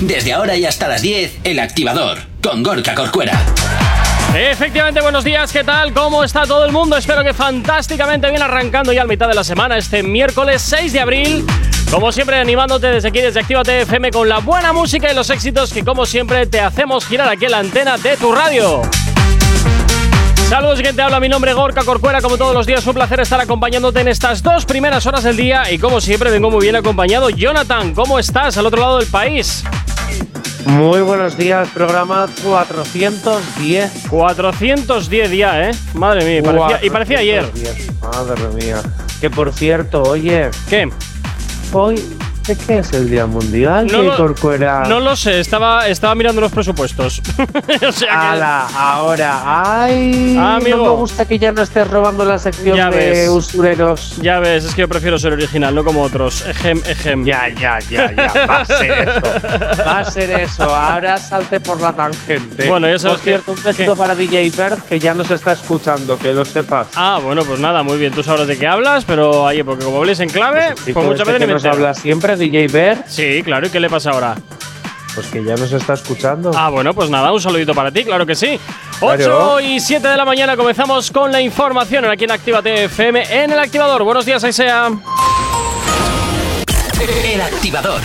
Desde ahora y hasta las 10, El Activador, con Gorka Corcuera. Efectivamente, buenos días, ¿qué tal? ¿Cómo está todo el mundo? Espero que fantásticamente bien arrancando ya a mitad de la semana, este miércoles 6 de abril. Como siempre, animándote desde aquí, desde Actívate FM, con la buena música y los éxitos que, como siempre, te hacemos girar aquí en la antena de tu radio. Saludos, quien te habla, mi nombre es Gorka Corcuera, como todos los días, un placer estar acompañándote en estas dos primeras horas del día y como siempre vengo muy bien acompañado. Jonathan, ¿cómo estás al otro lado del país? Muy buenos días, programa 410. 410 ya, ¿eh? Madre mía, y parecía, y parecía ayer. 410, Madre mía. Que por cierto, oye, ¿Qué? hoy ¿de qué es el Día Mundial No de lo- Corcuera? No lo sé, estaba, estaba mirando los presupuestos. o sea Ala, ahora. Ay, Ah, Amigo. no me gusta que ya no estés robando la sección Ya de ves. usureros. que, ya ves, es que yo prefiero ser original, no como otros. Ejem, ejem. Ya, ya, ya, ya. Va a ser eso. Va a ser eso. Ahora salte por la tangente. Bueno, ya sabes Por cierto, que- un besito que- para DJ Fer, que ya nos está escuchando, que lo sepas. Ah, bueno, pues nada, muy bien, tú sabrás de qué hablas, pero oye, porque como habléis en clave, Y pues con muchas este veces ni que me nos entero. habla siempre, DJ Ver, Sí, claro, ¿y qué le pasa ahora? pues que ya nos está escuchando. Ah, bueno, pues nada, un saludito para ti, claro que sí. 8 Claro. y 7 de la mañana comenzamos con la información aquí en Actívate FM en el activador. Buenos días, Aisea. El Activador.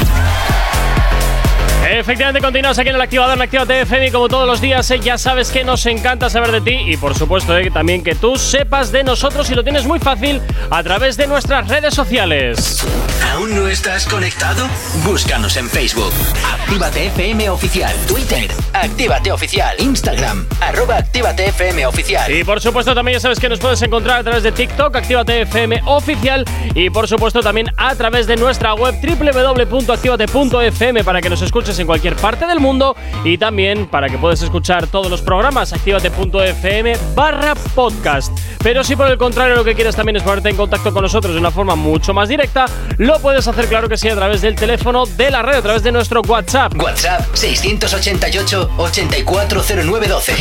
Efectivamente, continuamos aquí en el activador en Actívate FM y como todos los días, eh, ya sabes que nos encanta saber de ti y por supuesto eh, que también que tú sepas de nosotros y lo tienes muy fácil a través de nuestras redes sociales. ¿Aún no estás conectado? Búscanos en Facebook. Actívate FM Oficial. Twitter. Actívate Oficial. Instagram. Arroba Actívate FM Oficial. Y por supuesto también ya sabes que nos puedes encontrar a través de TikTok, Actívate FM oficial y por supuesto también a través de nuestra web www.activate.fm para que nos escuches en cualquier parte del mundo y también para que puedas escuchar todos los programas activate.fm barra podcast. Pero si por el contrario lo que quieres también es ponerte en contacto con nosotros de una forma mucho más directa, lo puedes hacer claro que sí a través del teléfono de la red, a través de nuestro WhatsApp. WhatsApp 688 840912.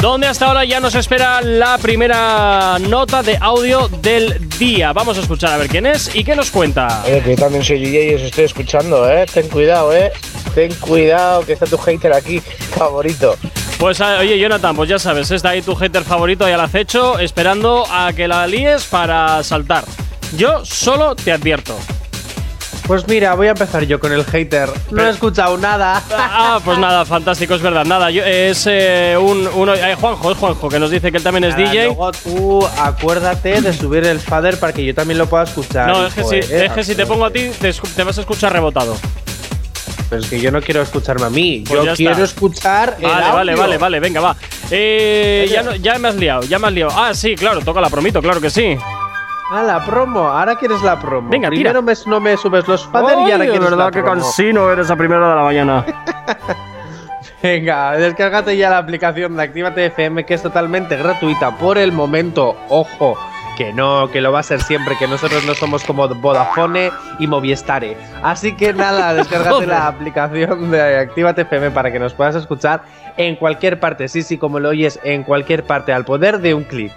donde hasta ahora ya nos espera la primera nota de audio del día. Vamos a escuchar a ver quién es y qué nos cuenta. Oye, que yo también soy DJ y os estoy escuchando, ¿eh? Ten cuidado, ¿eh? Ten cuidado, que está tu hater aquí, favorito. Pues a- oye, Jonathan, pues ya sabes, está ahí tu hater favorito ahí al acecho, esperando a que la líes para saltar. Yo solo te advierto. Pues mira, voy a empezar yo con el hater. No he escuchado nada. Ah, pues nada, fantástico, es verdad. Nada, yo- es eh, un, uno- eh, Juanjo, es Juanjo, que nos dice que él también es Nada, DJ. Luego tú acuérdate de subir el fader para que yo también lo pueda escuchar. No, es que, hijo, si, ¿eh? es que si te pongo a ti, te, escu- te vas a escuchar rebotado. Pero es que yo no quiero escucharme a mí. Pues ya yo está. quiero escuchar. el Vale, vale, audio. vale, vale, venga, va. Eh, ya, Venga. no- ya me has liado, ya me has liado. Ah, sí, claro, toca la promito, claro que sí. Ah, la promo. Ahora quieres la promo. Venga, tira. Primero me- no me subes los fader y ahora Oye, quieres la promo. eres a primera de la mañana. Venga, descárgate ya la aplicación de Actívate FM que es totalmente gratuita por el momento. Ojo, que no, que lo va a ser siempre, que nosotros no somos como Vodafone y Moviestare. Así que nada, descárgate Joder. la aplicación de Actívate FM para que nos puedas escuchar en cualquier parte. Sí, sí, como lo oyes, en cualquier parte, al poder de un clic.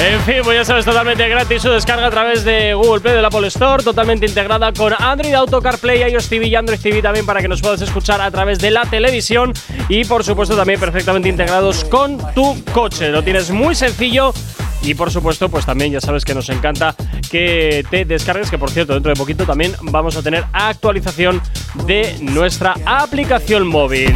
en fin, pues ya sabes, totalmente gratis su descarga a través de Google Play, del Apple Store, totalmente integrada con Android Auto, CarPlay, iOS TV y Android TV también para que nos puedas escuchar a través de la televisión y por supuesto también perfectamente integrados con tu coche. Lo tienes muy sencillo. Y por supuesto, pues también ya sabes que nos encanta que te descargues, que por cierto, dentro de poquito también vamos a tener actualización de nuestra aplicación móvil.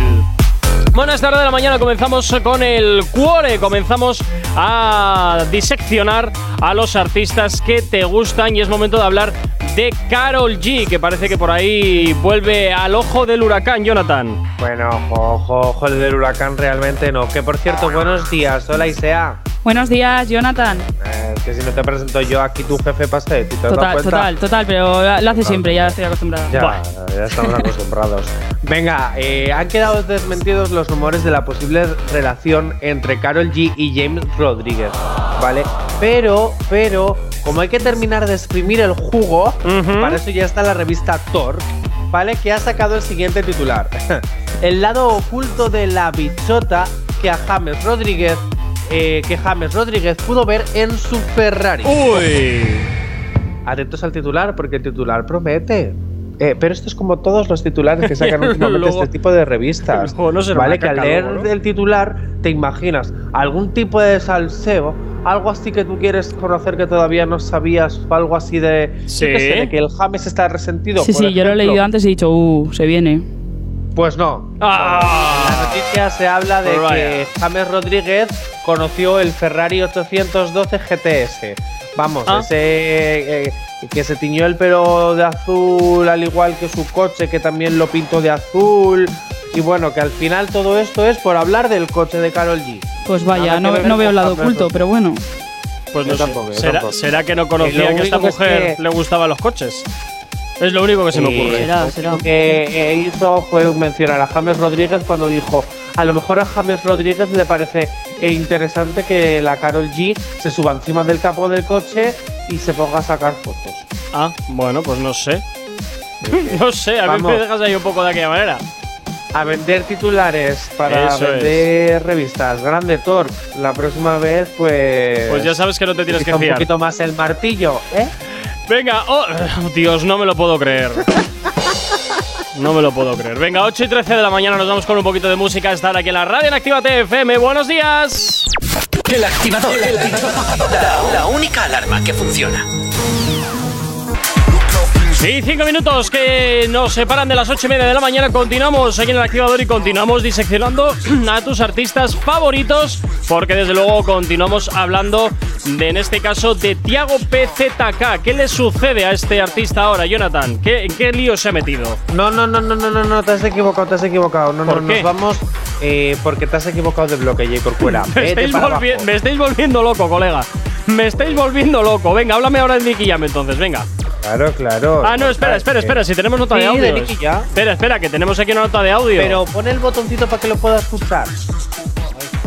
Buenas tardes de la mañana, comenzamos con el cuore, comenzamos a diseccionar a los artistas que te gustan y es momento de hablar de Carol G, que parece que por ahí vuelve al ojo del huracán, Jonathan. Bueno, ojo, ojo, ojo, el del huracán realmente no. Que por cierto, buenos días, hola Isea. Buenos días, Jonathan. Eh, es que si no te presento yo aquí tu jefe pasa de ti, ¿te has dado Total, cuenta? total, total, pero lo hace siempre, ya estoy acostumbrada. Ya, Buah. ya estamos acostumbrados. Venga, eh, han quedado desmentidos los rumores de la posible relación entre Carol G y James Rodríguez, ¿vale? Pero, pero, como hay que terminar de exprimir el jugo, Ujú. para eso ya está la revista Thor, ¿vale? Que ha sacado el siguiente titular. el lado oculto de la bichota que a James Rodríguez, eh, que James Rodríguez pudo ver en su Ferrari. Uy. Atentos al titular, porque el titular promete. Eh, pero esto es como todos los titulares que sacan últimamente Luego- este tipo de revistas. Luego no será vale, una que al caca leer luego, ¿no? el titular te imaginas algún tipo de salseo, algo así que tú quieres conocer que todavía no sabías, o algo así de, yo Sí. qué sé, de que el James está resentido. Sí, por sí, yo lo he ejemplo. leído antes y he dicho, uh, se viene. Pues no. La ¡Ah! noticia se habla de Ryan. que James Rodríguez conoció el Ferrari 812 GTS. Vamos, Ah. ese eh, que se tiñó el pelo de azul, al igual que su coche, que también lo pintó de azul. Y bueno, que al final todo esto es por hablar del coche de Carol G. Pues vaya, Nada no, que ver no veo el con lado James oculto, Rodríguez. pero bueno. Pues no Yo sé. tampoco, yo ¿Será, tampoco. será que no Y lo conocía que esta único que es mujer que- le gustaban los coches? Es lo único que se me Sí. ocurre. Será, será. Lo que eh, hizo fue mencionar a James Rodríguez cuando dijo, a lo mejor a James Rodríguez le parece eh, interesante que la Carol G se suba encima del capó del coche y se ponga a sacar fotos. Ah, bueno, pues no sé. no sé, a mí Vamos. me dejas ahí un poco de aquella manera. A vender titulares para Eso es. vender revistas. Grande Thor, la próxima vez pues... Pues ya sabes que no te tienes que utiliza un fiar. poquito más el martillo, ¿eh? Venga, oh, Dios, no me lo puedo creer. No me lo puedo creer. Venga, 8 y 13 de la mañana nos vamos con un poquito de música. Estar aquí en la radio en Activa TFM. Buenos días. El activador. La, la única alarma que funciona. Y cinco minutos que nos separan de las ocho y media de la mañana. Continuamos aquí en el activador y continuamos diseccionando a tus artistas favoritos. Porque desde luego continuamos hablando de, en este caso, de Tiago PZK. ¿Qué le sucede a este artista ahora, Jonathan? ¿Qué, ¿En qué lío se ha metido? No, no, no, no, no, no, no, te has equivocado, te has equivocado. No, ¿Por no, qué? nos vamos eh, porque te has equivocado de bloque, J. Corcuera. Me Vete estáis, para volvi- abajo. me estáis volviendo loco, colega. Me estáis volviendo loco. Venga, háblame ahora de Nicky Jam entonces, venga. Claro, claro. eh, Ah, no, espera, espera, espera. Si tenemos nota de Sí, audio. de Nicky Jam. Espera, espera, que tenemos aquí una nota de audio. Pero pon el botoncito para que lo pueda escuchar.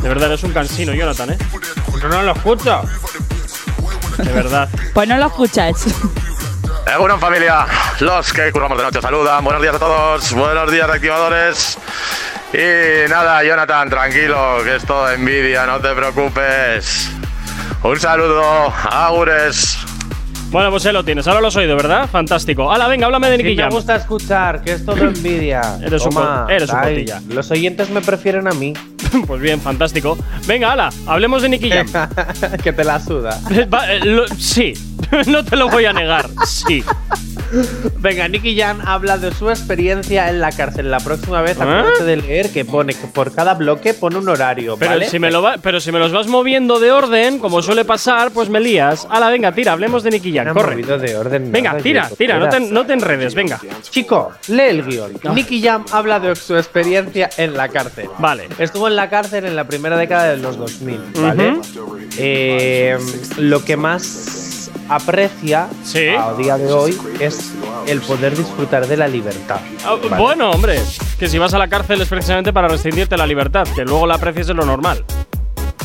De verdad, eres un cansino, Jonathan, ¿eh? No, no lo escucho. De verdad. Pues no lo escucháis. Seguro en familia, los que curramos de noche saludan. Buenos días a todos, buenos días activadores. Y nada, Jonathan, tranquilo, que es todo envidia, no te preocupes. Un saludo, Aures. Bueno, pues ahí lo tienes. Ahora lo has oído, ¿verdad? Fantástico. Hala, venga, háblame de Si Nicky me Jam. gusta escuchar, que es todo envidia. Eres un Toma, co- eres un ay, cotilla. Los oyentes me prefieren a mí. pues bien, fantástico. Venga, hala, hablemos de Nicky Jam. que te la suda. Va, eh, lo- sí, no te lo voy a negar. Sí. Venga, Nicky Jan habla de su experiencia en la cárcel. La próxima vez, ¿Eh? acuérdate de leer que pone que por cada bloque pone un horario, Pero, ¿vale? si me lo va- pero si me los vas moviendo de orden, como suele pasar, pues me lías. Hala, venga, tira, hablemos de Nicky Jam, No he corre. movido de orden Venga, nada, tira, Jacob, tira, no te, espera. no te enredes, venga. Chico, lee el guión. Nicky Jam habla de su experiencia en la cárcel. Vale. Estuvo en la cárcel en la primera década de los 2000, ¿vale? Eh, lo que más aprecia Sí. a día de hoy es el poder disfrutar de la libertad. Ah, ¿vale? Bueno, hombre, que si vas a la cárcel es precisamente para rescindirte la libertad, que luego la aprecies en lo normal.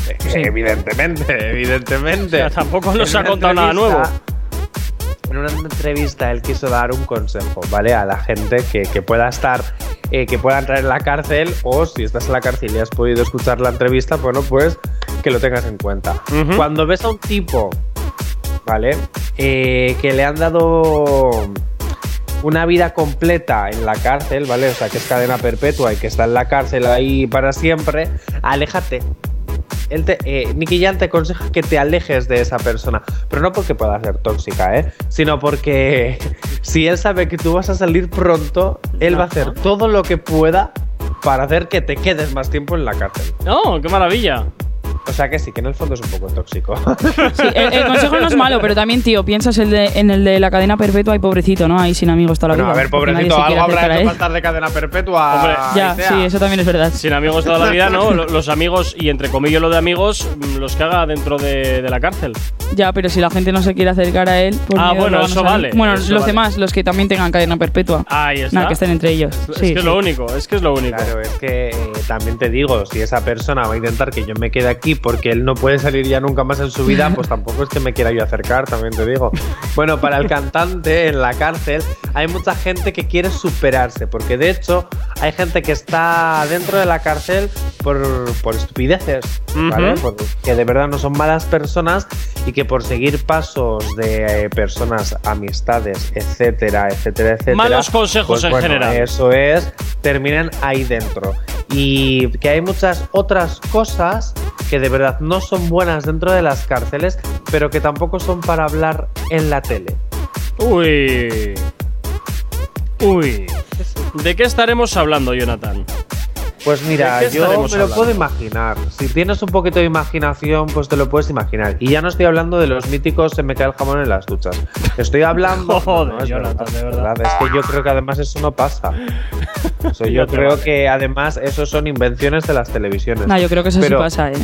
Eh, Evidentemente, evidentemente. O sea, tampoco nos En ha una contado nada nuevo. entrevista- En una entrevista él quiso dar un consejo, ¿vale? A la gente que, que pueda estar, eh, que pueda entrar en la cárcel o si estás en la cárcel y has podido escuchar la entrevista, bueno, pues que lo tengas en cuenta. Ujú. Cuando ves a un tipo, ¿vale? Eh, que le han dado una vida completa en la cárcel, ¿vale? O sea, que es cadena perpetua y que está en la cárcel ahí para siempre, aléjate. Él te, eh, Nicky Jam te aconseja que te alejes de esa persona, pero no porque pueda ser tóxica, ¿eh? sino porque si él sabe que tú vas a salir pronto, él va a hacer todo lo que pueda para hacer que te quedes más tiempo en la cárcel. No, qué maravilla. O sea que sí, que en el fondo es un poco tóxico. Sí, el, el consejo no es malo, pero también, tío, piensas el de- en el de la cadena perpetua y pobrecito, ¿no? Ahí sin amigos toda la Bueno, vida. a ver, porque nadie pobrecito, se quiere algo habrá acercar a hecho él. faltar de cadena perpetua. Hombre, Ya, Aisea. sí, eso también es verdad. Sin amigos toda la vida, ¿no? Lo- Los amigos, y entre comillas lo de amigos, mm, los que haga dentro de, de la cárcel. Ya, pero si la gente no se quiere acercar a él. por Ah, miedo, bueno, lo van a eso salir. vale, Bueno, eso los vale. demás, los que también tengan cadena perpetua. Ahí está. Nada, que estén entre ellos. Es Sí, que es sí. lo único, es que es lo único. Claro, es que eh, también te digo, si esa persona va a intentar que yo me quede aquí porque él no puede salir ya nunca más en su vida, pues tampoco es que me quiera yo acercar, también te digo. Bueno, para el cantante en la cárcel hay mucha gente que quiere superarse, porque de hecho hay gente que está dentro de la cárcel por, por estupideces, ¿vale? Ujú. Por- que de verdad no son malas personas y que por seguir pasos de eh, personas, amistades, etcétera, etcétera, etcétera. Pues Malos consejos en general. Eso es, terminan ahí dentro. Y que hay muchas otras cosas que de verdad no son buenas dentro de las cárceles, pero que tampoco son para hablar en la tele. Uy. Uy. ¿De qué estaremos hablando, Jonathan? Pues mira, ¿De qué yo me estaremos lo hablando? puedo imaginar. Si tienes un poquito de imaginación, pues te lo puedes imaginar. Y ya no estoy hablando de los míticos se me cae el jamón en las duchas. Estoy hablando. Joder, es Jonathan, de es verdad. Es que yo creo que además eso no pasa. O sea, Ya yo te creo vale. que además eso son invenciones de las televisiones. No, yo creo que eso Pero- sí pasa, ¿eh?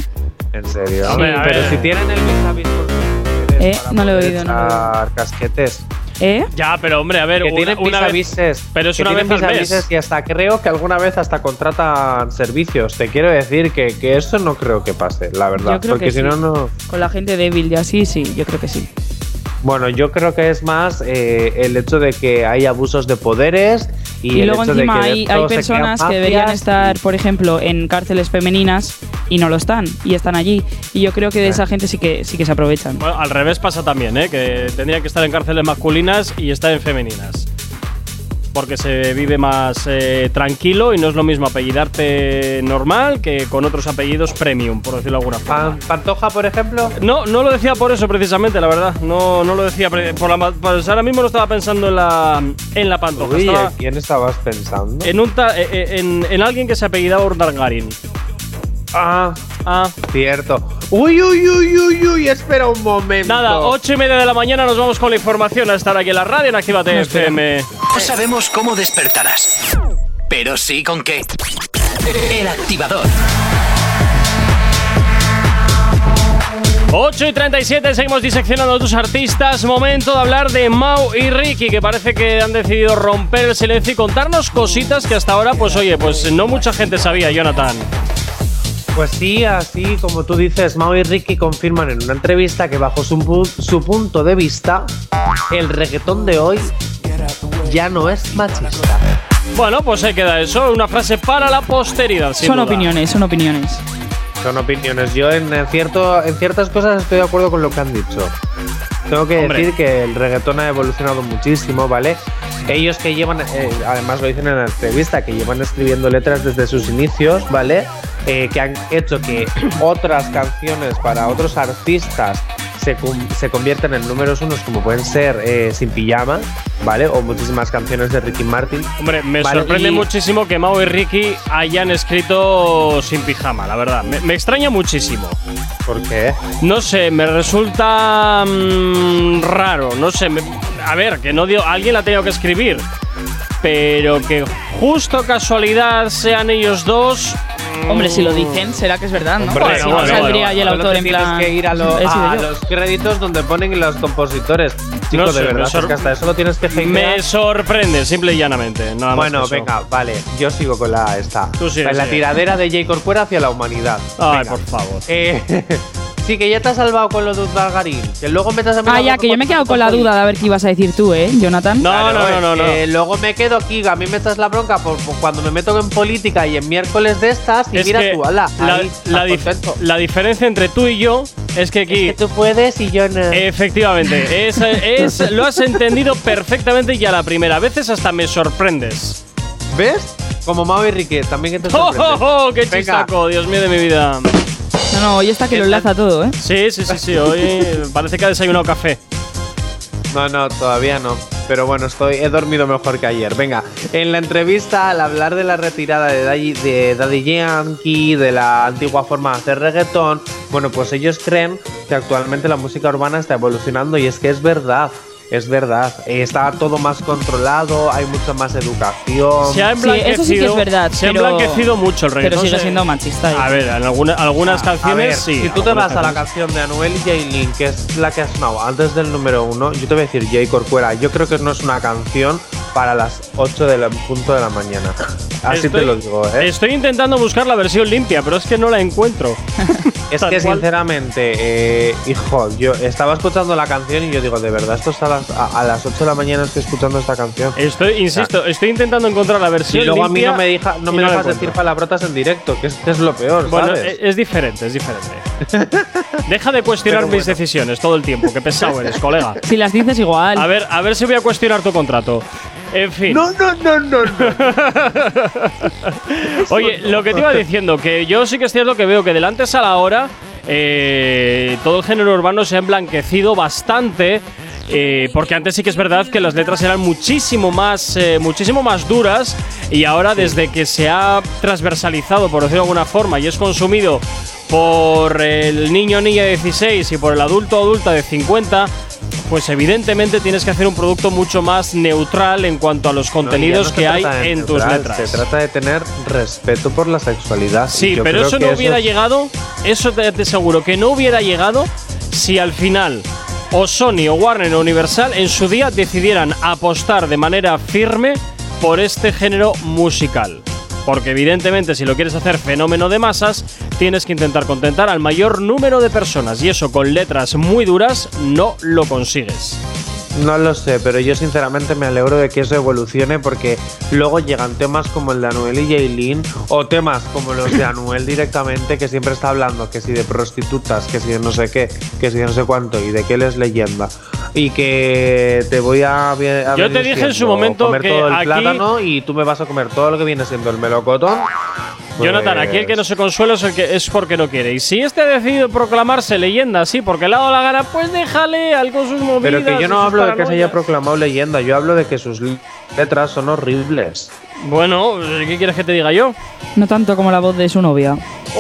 En serio. Hombre, a Pero ver. si tienen el vis a vis con sus mujeres Eh, para no lo he poder oído, no lo he oído. echar casquetes. ¿Eh? Ya, pero hombre, a ver, Que una, tienen una vez. visavises. pero es que una tienen vez al mes. visavises Y hasta creo que alguna vez hasta contratan servicios. Te quiero decir que, que eso no creo que pase, la verdad. Yo creo porque que si sí. no, no. Con la gente débil y así, sí, yo creo que sí. Bueno, yo creo que es más eh, el hecho de que hay abusos de poderes y, Y, el luego hecho encima de que hay, dentro hay se crean personas que deberían mafias. estar, por ejemplo, en cárceles femeninas y no lo están, y están allí. Y yo creo que de Eh. esa gente sí que, sí que se aprovechan. Bueno, al revés pasa también, ¿eh? Que tendrían que estar en cárceles masculinas y estar en femeninas. Porque se vive más eh, tranquilo y no es lo mismo apellidarte normal que con otros apellidos premium, por decirlo de alguna forma. Pan- Pantoja, por ejemplo. No, no lo decía por eso precisamente, la verdad. No, no lo decía pre- por la ma- pues ahora mismo no estaba pensando en la en la pantoja. Uy, estaba ¿a quién estabas pensando? en, un ta- eh, eh, en, en alguien que se apellidaba Urdangarin. Ah, Ah, cierto. Uy, uy, uy, uy, uy, espera un momento. nada, ocho y media de la mañana nos vamos con la información a estar aquí en la radio en Actívate FM. No sabemos cómo despertarás, pero sí con qué. El activador. 8 y 37, seguimos diseccionando a tus artistas. Momento de hablar de Mau y Ricky, que parece que han decidido romper el silencio y contarnos cositas que hasta ahora, pues oye, pues no mucha gente sabía, Jonathan. Pues sí, así como tú dices, Mao y Ricky confirman en una entrevista que bajo su, pu- su punto de vista, el reggaetón de hoy ya no es machista. Bueno, pues ahí queda eso, una frase para la posteridad. sin son duda. opiniones, son opiniones. Son opiniones. Yo en, eh, cierto, en ciertas cosas estoy de acuerdo con lo que han dicho. Tengo que Hombre. decir que el reggaetón ha evolucionado muchísimo, ¿vale? Ellos que llevan, eh, además lo dicen en la entrevista, que llevan escribiendo letras desde sus inicios, ¿vale? Eh, que han hecho que otras canciones para otros artistas se, cum- se conviertan en números unos, como pueden ser eh, Sin Pijama, ¿vale? O muchísimas canciones de Ricky Martin. Hombre, me Vale, sorprende y- muchísimo que Mau y Ricky hayan escrito sin pijama, la verdad. Me, me extraña muchísimo. ¿Por qué? No sé, me resulta mm, raro, no sé. me- a ver, que no dio, alguien la ha tenido que escribir, pero que justo casualidad sean ellos dos. mm, Hombre, si lo dicen, será que es verdad, ¿no? Hombre, Si bueno, no bueno, saldría bueno. ahí el Solo autor te en tienes plan. que ir a, lo- he sido a yo. los créditos donde ponen los compositores. Chico, No sé, de me verdad, sor- es que hasta eso lo tienes que Me hatear. sorprende, simple y llanamente. Nada más que Bueno, eso. venga, vale, yo sigo con la esta. Tú sigue, la sigue. tiradera de J. Corcuera hacia la humanidad. Ay, Venga. por favor. Eh, sí, que ya te has salvado con lo de Urdangarín. Que luego metas a mí Ah, luego ya, que yo me he quedado con la duda de a ver qué ibas a decir tú, ¿eh, Jonathan? No, Claro, no, eh, no, no, no. eh, luego me quedo aquí, a mí me estás la bronca por, por cuando me meto en política y en miércoles de estas y Es mira que tú, ala, la, ahí, la estás dif- contento. la diferencia entre tú y yo es que aquí Es que tú puedes y yo no. Efectivamente, es, es- lo has entendido perfectamente y a la primera. A veces hasta me sorprendes. ¿Ves? Como Mau y Riquet, también que te ¡Oh, sorprende. oh, oh! qué Venga. chistaco! Dios mío de mi vida. No, no, hoy está que lo enlaza todo, ¿eh? Sí, sí, sí, sí. Hoy parece que ha desayunado café. No, no, todavía no. Pero bueno, estoy, he dormido mejor que ayer. Venga, en la entrevista, al hablar de la retirada de Daddy, de Daddy Yankee, de la antigua forma de hacer reggaetón, bueno, pues ellos creen que actualmente la música urbana está evolucionando y es que es verdad. Es verdad, eh, está todo más controlado, hay mucha más educación. Se ha Sí, eso emblanquecido, sí que es verdad, Se ha pero- emblanquecido mucho el pero reggaetón. sigue se- siendo machista, eh. A ver, en alguna- algunas Ah, A ver, canciones sí. si tú te algunas vas a la canciones. canción de Anuel y Jaylin, que es la que has sonado antes del número uno, yo te voy a decir Jay Corcuera, yo creo que no es una canción para las 8 de la en punto de la mañana. Así Estoy- te lo digo, ¿eh? Estoy intentando buscar la versión limpia, pero es que no la encuentro. Es Tal que cual. sinceramente, eh, hijo, yo estaba escuchando la canción y yo digo, de verdad, esto es a las, a, a las 8 de la mañana estoy escuchando esta canción. Estoy, insisto, estoy intentando encontrar la Y versión luego a mí Eh, limpia no me, deja, no y me la dejas encuentro. decir palabrotas en directo, que es, que es lo peor, Bueno, eh, e, ¿sabes? es, es diferente, es diferente. Deja de cuestionar mis decisiones todo el tiempo, que pesado eres, colega. Si las dices igual. A ver, a ver si voy a cuestionar tu contrato. En fin. no, no, no, no, no. Oye, lo que te iba diciendo, que yo sí que es cierto que veo que del antes a la hora eh, todo el género urbano se ha emblanquecido bastante. eh, porque antes sí que es verdad que las letras eran muchísimo más, eh, muchísimo más duras y ahora desde que se ha transversalizado, por decirlo de alguna forma, y es consumido por el niño o niña de 16 y por el adulto o adulta de 50, pues evidentemente tienes que hacer un producto mucho más neutral en cuanto a los contenidos No, que ya no hay se trata de en tus neutral, letras. Se trata de tener respeto por la sexualidad. Y Sí, yo pero creo eso que no hubiera es- llegado, eso te, te aseguro que no hubiera llegado si al final o Sony o Warner o Universal en su día decidieran apostar de manera firme por este género musical. Porque evidentemente si lo quieres hacer fenómeno de masas, tienes que intentar contentar al mayor número de personas y eso con letras muy duras no lo consigues. No lo sé, pero yo sinceramente me alegro de que eso evolucione porque luego llegan temas como el de Anuel y Jaylin o temas como los de Anuel directamente que siempre está hablando que si de prostitutas, que si de no sé qué, que si de no sé cuánto y de que él es leyenda. Y que te voy a... a venir te dije en su diciendo, momento comer que todo el aquí- plátano y tú me vas a comer todo lo que viene siendo el melocotón. Jonathan, Pues- aquí el que no se consuela es, el que, es porque no quiere. Y si este ha decidido proclamarse leyenda así porque le ha dado la gana, pues déjale algo sus movidas. Pues, Pero que yo no sus hablo de que se haya paranoias. proclamado leyenda, yo hablo de que sus letras son horribles. Bueno, ¿qué quieres que te diga yo? No tanto como la voz de su novia.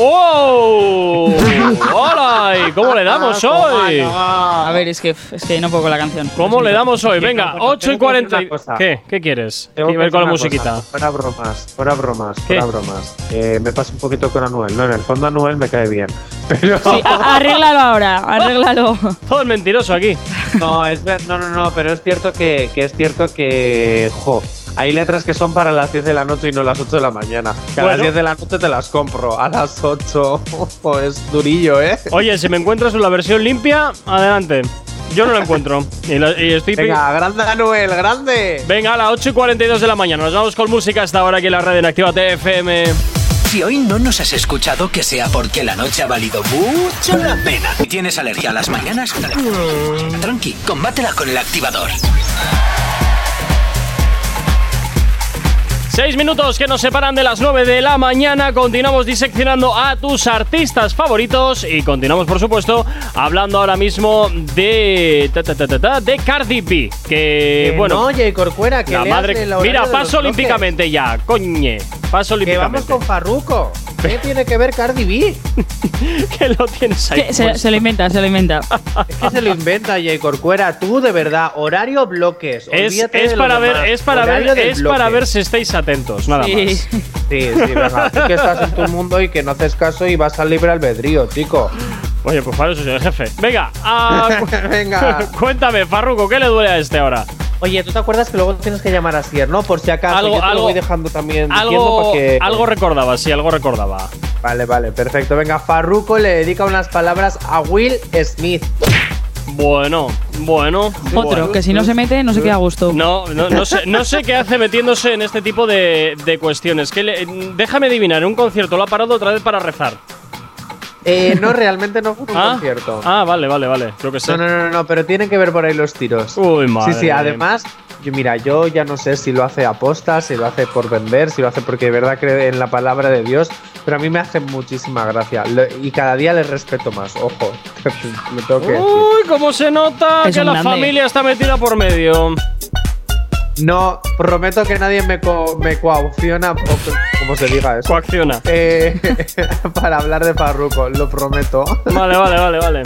¡Oh! ¡Hola! ¿Y cómo le damos Ah, hoy? A ver, es que, es que no puedo con la canción. ¿Cómo le damos hoy? Venga, bueno, 8 y pues tengo que decir 40. una cosa. ¿Qué? ¿Qué quieres? Tengo Quiero ver que con la decir una musiquita. cosa, fuera bromas, fuera bromas, ¿Qué? fuera bromas. Eh, me pasa un poquito con Anuel, ¿no? En el fondo Anuel me cae bien. Pero Sí, a- arréglalo ahora, arréglalo. Todo es mentiroso aquí. no, es ver- no, no, no, pero es cierto que, que es cierto que jo, hay letras que son para las 10 de la noche y no las 8 de la mañana. Que a Bueno. las 10 de la noche te las compro, a las 8 ojo, es durillo, ¿eh? Oye, si me encuentras la versión limpia, adelante. Yo no la encuentro. Y, la- y estoy pi- Venga, grande Anuel, grande. Venga, a las 8 y 42 de la mañana. Nos vamos con música hasta ahora aquí en la red en Activa TFM. Si hoy no nos has escuchado, que sea porque la noche ha valido mucho la pena. ¿Tienes alergia a las mañanas? Tranqui, combátela con el activador. 6 minutos que nos separan de las 9 de la mañana. Continuamos diseccionando a tus artistas favoritos y continuamos, por supuesto, hablando ahora mismo de. ta, ta, ta, ta, ta, de Cardi B. Que, Que bueno, no, Jay Corcuera, que la leas madre. el horario Mira, de los paso bloques. olímpicamente ya, coñe. Paso Que vamos olímpicamente. con Farruko. ¿Qué tiene que ver Cardi B? que lo tienes ahí. Pues, Que se, puesto. se lo inventa, se lo inventa. Ah, Es que se lo inventa Jay Corcuera. Tú, de verdad, horario bloques. Es, Olvídate es de lo para ver, demás. es para Horario ver, del es para bloque. ver si estáis atentos, nada Sí. más. Sí, sí, verdad. Tú que estás en tu mundo y que no haces caso y vas al libre albedrío, chico. Oye, pues para eso soy el jefe. Venga, ah, cu- Venga. cuéntame, Farruco, ¿qué le duele a este ahora? Oye, ¿tú te acuerdas que luego tienes que llamar a Sier, no? Por si acaso. Algo- yo te algo- lo voy dejando también. diciendo Algo, porque- algo recordaba, sí, algo recordaba. Vale, vale, perfecto. Venga, Farruko le dedica unas palabras a Will Smith. Bueno, bueno. Otro, que si no se mete, no se queda a gusto. No, no, no sé, no sé qué hace metiéndose en este tipo de, de cuestiones. Que le- déjame adivinar, en un concierto lo ha parado otra vez para rezar. Eh, no, realmente no fue un ¿Ah? concierto. Ah, vale, vale, vale. Yo que sé. No, no, no, no, pero tienen que ver por ahí los tiros. Uy, madre. Sí, sí, mía. además, yo, mira, yo ya no sé si lo hace aposta, si lo hace por vender, si lo hace porque de verdad cree en la palabra de Dios, pero a mí me hace muchísima gracia Lo- y cada día le respeto más, ojo, lo tengo que decir. Uy, cómo se nota Es que un la grande. familia está metida por medio. No, prometo que nadie me, co- me coacciona, o co- como se diga eso, Coacciona. eh, para hablar de Farruko, lo prometo. Vale, vale, vale, vale.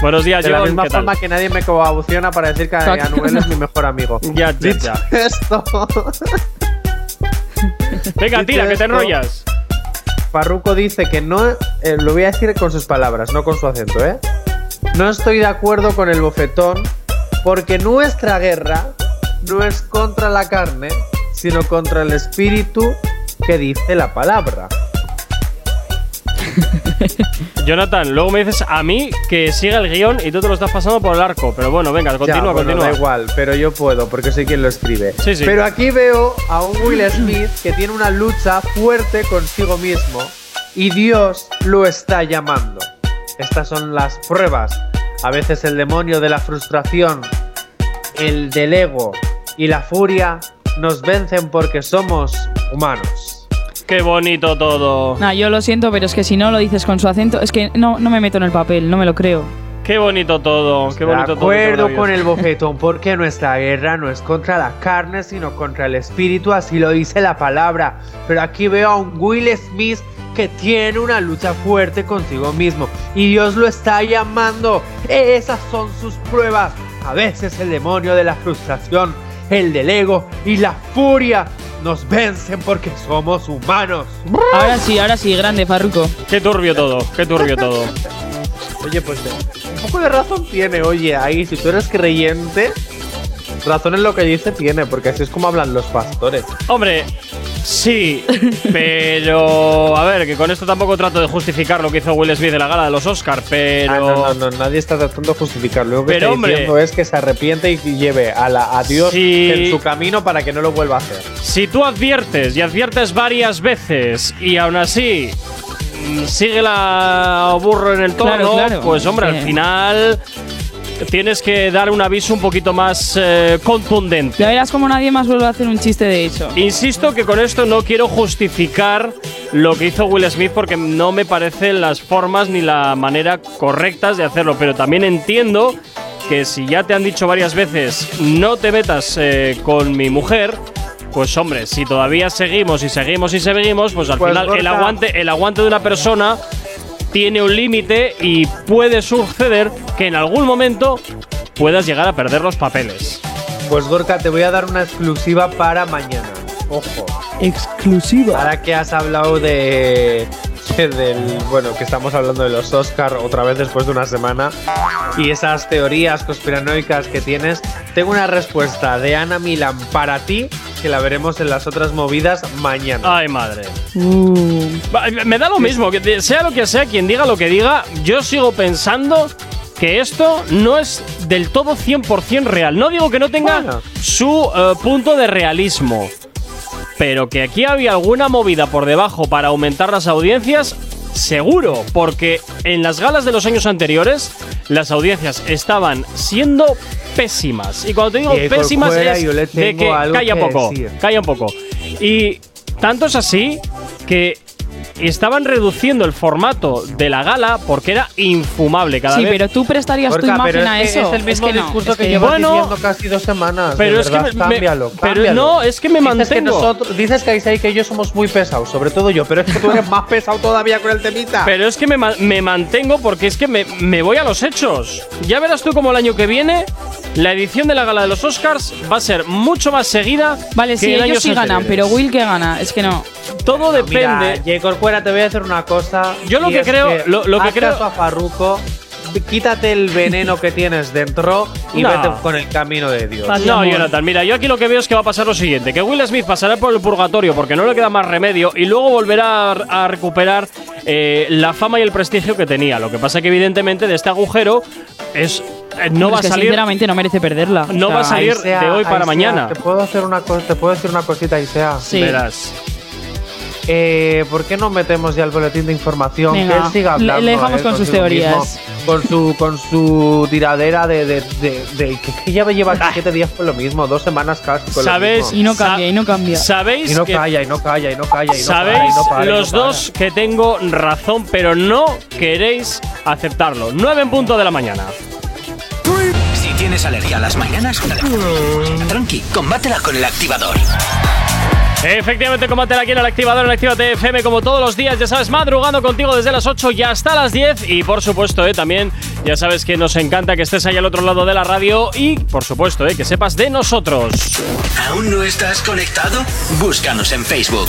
Buenos días, De la John, misma ¿qué tal? forma que nadie me coabuciona para decir que Anuel es mi mejor amigo. Ya, ya, Dicho ya. esto, Venga, tira, que te esto- enrollas. Farruko dice que no, eh, lo voy a decir con sus palabras, no con su acento, ¿eh? No estoy de acuerdo con el bofetón porque nuestra guerra no es contra la carne, sino contra el espíritu que dice la palabra. Jonathan, luego me dices a mí que siga el guión y tú te lo estás pasando por el arco. Pero bueno, venga, Ya, continúa, bueno, continúa. Da igual, pero yo puedo, porque soy quien lo escribe. Sí, sí. Pero aquí veo a un Will Smith que tiene una lucha fuerte consigo mismo y Dios lo está llamando. Estas son las pruebas. A veces el demonio de la frustración, el del ego y la furia nos vencen porque somos humanos. Qué bonito todo. Nah, yo lo siento, pero es que si no lo dices con su acento, es que no, no me meto en el papel, no me lo creo. Qué bonito todo. Qué bonito de todo. qué acuerdo con maravilloso. el bofetón, porque nuestra guerra no es contra la carne, sino contra el espíritu, así lo dice la palabra. Pero aquí veo a un Will Smith que tiene una lucha fuerte consigo mismo y Dios lo está llamando. Esas son sus pruebas. A veces el demonio de la frustración, el del ego y la furia nos vencen porque somos humanos. Ahora sí, ahora sí, grande, Farruco. Qué turbio todo. Qué turbio todo. Oye, pues un poco de razón tiene, oye, ahí, si tú eres creyente, razón en lo que dice tiene, porque así es como hablan los pastores. Ah, Hombre, sí, pero a ver, que con esto tampoco trato de justificar lo que hizo Will Smith de la gala de los Oscars, pero Ah, no, no, no, nadie está tratando de justificar. Lo único que Pero, está hombre. diciendo es que se arrepiente y lleve a, la, a Dios Sí. en su camino para que no lo vuelva a hacer. si tú adviertes y adviertes varias veces y aún así mm, sigue la burro en el tono, Claro, claro. pues hombre, al Sí. final tienes que dar un aviso un poquito más eh, contundente. Ya verás como nadie más vuelve a hacer un chiste de eso. Insisto que con esto no quiero justificar lo que hizo Will Smith porque no me parecen las formas ni la manera correctas de hacerlo, pero también entiendo que si ya te han dicho varias veces no te metas eh, con mi mujer, pues hombre, si todavía seguimos y seguimos y seguimos, pues al Pues, final el Gorka. aguante, el aguante de una persona tiene un límite y puede suceder que en algún momento puedas llegar a perder los papeles. Pues Gorka, te voy a dar una exclusiva para mañana. Ojo, Exclusiva. ahora que has hablado de. Del, bueno, que estamos hablando de los Oscar otra vez después de una semana y esas teorías conspiranoicas que tienes, tengo una respuesta de Ana Milan para ti que la veremos en las otras movidas mañana. Ay, madre. Uh. Va, Me da lo mismo, que te- sea lo que sea, quien diga lo que diga, yo sigo pensando que esto no es del todo 100% real. No digo que no tenga Bueno. su eh, punto de realismo, pero que aquí había alguna movida por debajo para aumentar las audiencias, seguro, porque en las galas de los años anteriores las audiencias estaban siendo pésimas. Y cuando te digo Y, pésimas Corcuera, es yo le de tengo que algo calla un que poco, decir. calla un poco. Y tanto es así que estaban reduciendo el formato de la gala porque era infumable cada Sí, vez. pero tú prestarías tu Gorka, pero imagen es a que eso. es el mismo que no, discurso es que, que- llevas Bueno, diciendo casi dos semanas. pero de es que me- verdad, me- cámbialo, pero cámbialo. no, es que me Dices que mantengo. nosotros- dices que Aisai que yo somos muy pesados, sobre todo yo, pero es que tú eres más pesado todavía con el temita. Pero es que me, ma- me mantengo porque es que me, me voy a los hechos. Ya verás tú como el año que viene la edición de la gala de los Oscars va a ser mucho más seguida. Vale, que sí, en ellos años sí ganan, pero anteriores. Will que gana, es que no. Todo Mira, depende. J. Corcuera, te voy a decir una cosa. Yo lo y que es creo- lo- lo que haz creo- caso a Farruko, quítate el veneno que tienes dentro y No. vete con el camino de Dios. Vale. Pues No, amor. Jonathan, mira, yo aquí lo que veo es que va a pasar lo siguiente: que Will Smith pasará por el purgatorio porque no le queda más remedio y luego volverá a, a recuperar eh, la fama y el prestigio que tenía. Lo que pasa que, evidentemente, de este agujero es, eh, no Pero va a es que salir. Sinceramente no merece perderla. No va a salir- es- de hoy para Aisea, mañana. Te puedo hacer una cosa, te puedo decir una cosita, Isea. Sí. Verás. Eh, ¿Por qué no metemos ya el boletín de información? Venga, que él siga le- hablando. le dejamos eh, con sus consigo teorías. mismo, con su con su tiradera de, de, de- de- que, que ya me lleva Ah. siete días con lo mismo, dos semanas casi con lo ¿Sabéis? mismo. Y no Sa- cambia, y no cambia. ¿Sabéis? Y no que- calla, y no calla, y no calla, y no Sabéis para, y no para, y no los para. dos que tengo razón, pero no queréis aceptarlo. 9 en punto de la mañana. Si tienes alergia a las mañanas, tranqui, combátela con el activador. Efectivamente, combate aquí en el activador en Actívate FM, como todos los días, ya sabes, madrugando contigo desde las 8 y hasta las 10. Y por supuesto, eh, también ya sabes que nos encanta que estés ahí al otro lado de la radio y, por supuesto, eh, que sepas de nosotros. ¿Aún no estás conectado? Búscanos en Facebook.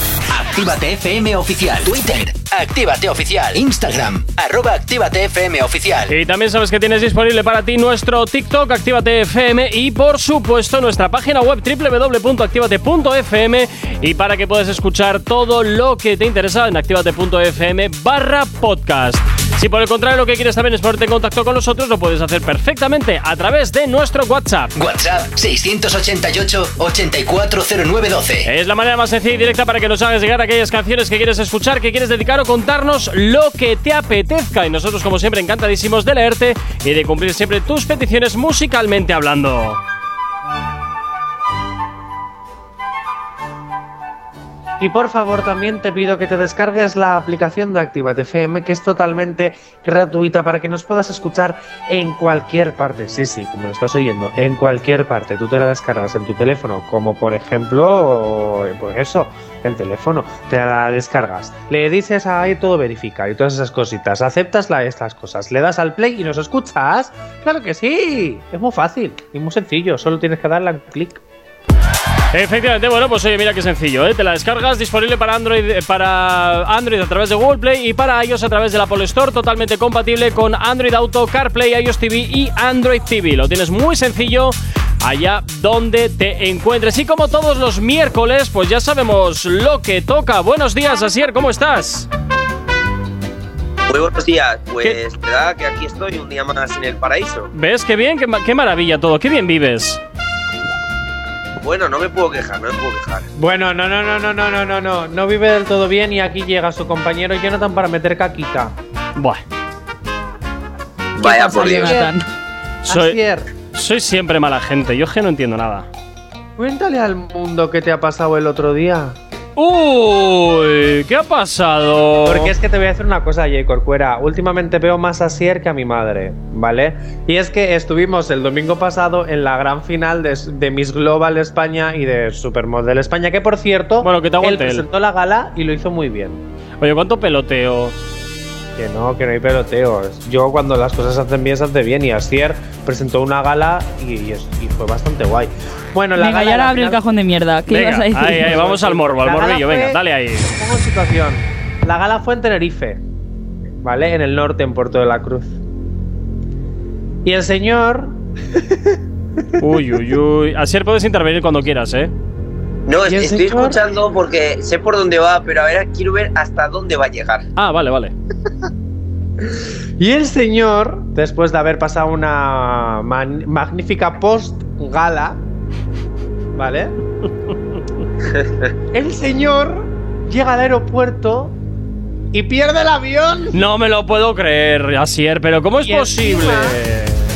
Actívate FM Oficial. Twitter. Actívate Oficial. Instagram. Arroba Actívate FM Oficial. Y también sabes que tienes disponible para ti nuestro TikTok, Actívate FM, y por supuesto nuestra página web www.activate.fm. Y para que puedas escuchar todo lo que te interesa en activate.fm barra podcast. Si por el contrario lo que quieres también es ponerte en contacto con nosotros, lo puedes hacer perfectamente a través de nuestro WhatsApp. WhatsApp 688-840912. Es la manera más sencilla y directa para que nos hagas llegar aquellas canciones que quieres escuchar, que quieres dedicar o contarnos lo que te apetezca. Y nosotros, como siempre, encantadísimos de leerte y de cumplir siempre tus peticiones musicalmente hablando. Y por favor, también te pido que te descargues la aplicación de Actívate FM, que es totalmente gratuita para que nos puedas escuchar en cualquier parte. Sí, sí, como lo estás oyendo, en cualquier parte. Tú te la descargas en tu teléfono, como por ejemplo, pues eso, el teléfono. Te la descargas, le dices ahí todo verifica y todas esas cositas. Aceptas la- estas cosas, le das al play y nos escuchas. ¡Claro que sí! Es muy fácil y muy sencillo, solo tienes que darle un clic. Efectivamente, bueno, pues oye, mira qué sencillo, ¿eh? Te la descargas, disponible para Android, eh, para Android a través de Google Play y para iOS a través de la Apple Store, totalmente compatible con Android Auto, CarPlay, iOS TV y Android TV. Lo tienes muy sencillo allá donde te encuentres. Y como todos los miércoles, pues ya sabemos lo que toca. Buenos días, Asier, ¿cómo estás? Muy buenos días, pues te da que aquí estoy un día más en el paraíso. ¿Ves qué bien? Qué, ma- qué maravilla todo, qué bien vives. Bueno, no me puedo quejar, no me puedo quejar. Bueno, no, no, no, no, no, no, no, no. No vive del todo bien y aquí llega su compañero Jonathan para meter caquita. Buah, Vaya pasa, por Dios. Jonathan? soy, Asier, soy siempre mala gente, yo es que no entiendo nada. cuéntale al mundo qué te ha pasado el otro día. Uy, ¿qué ha pasado? Porque es que te voy a decir una cosa, Jay Corcuera. Últimamente veo más a Sier que a mi madre, ¿vale? Y es que estuvimos el domingo pasado en la gran final de, de Miss Global España y de Supermodel España, que por cierto, Bueno, que te él aguante él. presentó la gala y lo hizo muy bien. Oye, ¿cuánto peloteo? Que no, que no hay peloteos. Yo cuando las cosas se hacen bien, se hace bien. Y Asier presentó una gala y, y es- y fue bastante guay. Bueno, la Venga, gala... y ahora la abre el final- cajón de mierda. ¿Qué Venga, ibas a decir? ahí, ahí, vamos al morbo, al La gala morbillo, fue- venga, dale ahí. Pongo en situación. La gala fue en Tenerife, ¿vale? En el norte, en Puerto de la Cruz. Y el señor. Uy, uy, uy. Asier, puedes intervenir cuando quieras, ¿eh? No, ¿Y es- el estoy señor? escuchando porque sé por dónde va, pero a ver, quiero ver hasta dónde va a llegar. Ah, vale, vale. Y el señor, después de haber pasado una man- magnífica post-gala, ¿vale? el señor llega al aeropuerto y pierde el avión. No me lo puedo creer, Asier, pero ¿cómo es Y encima- posible?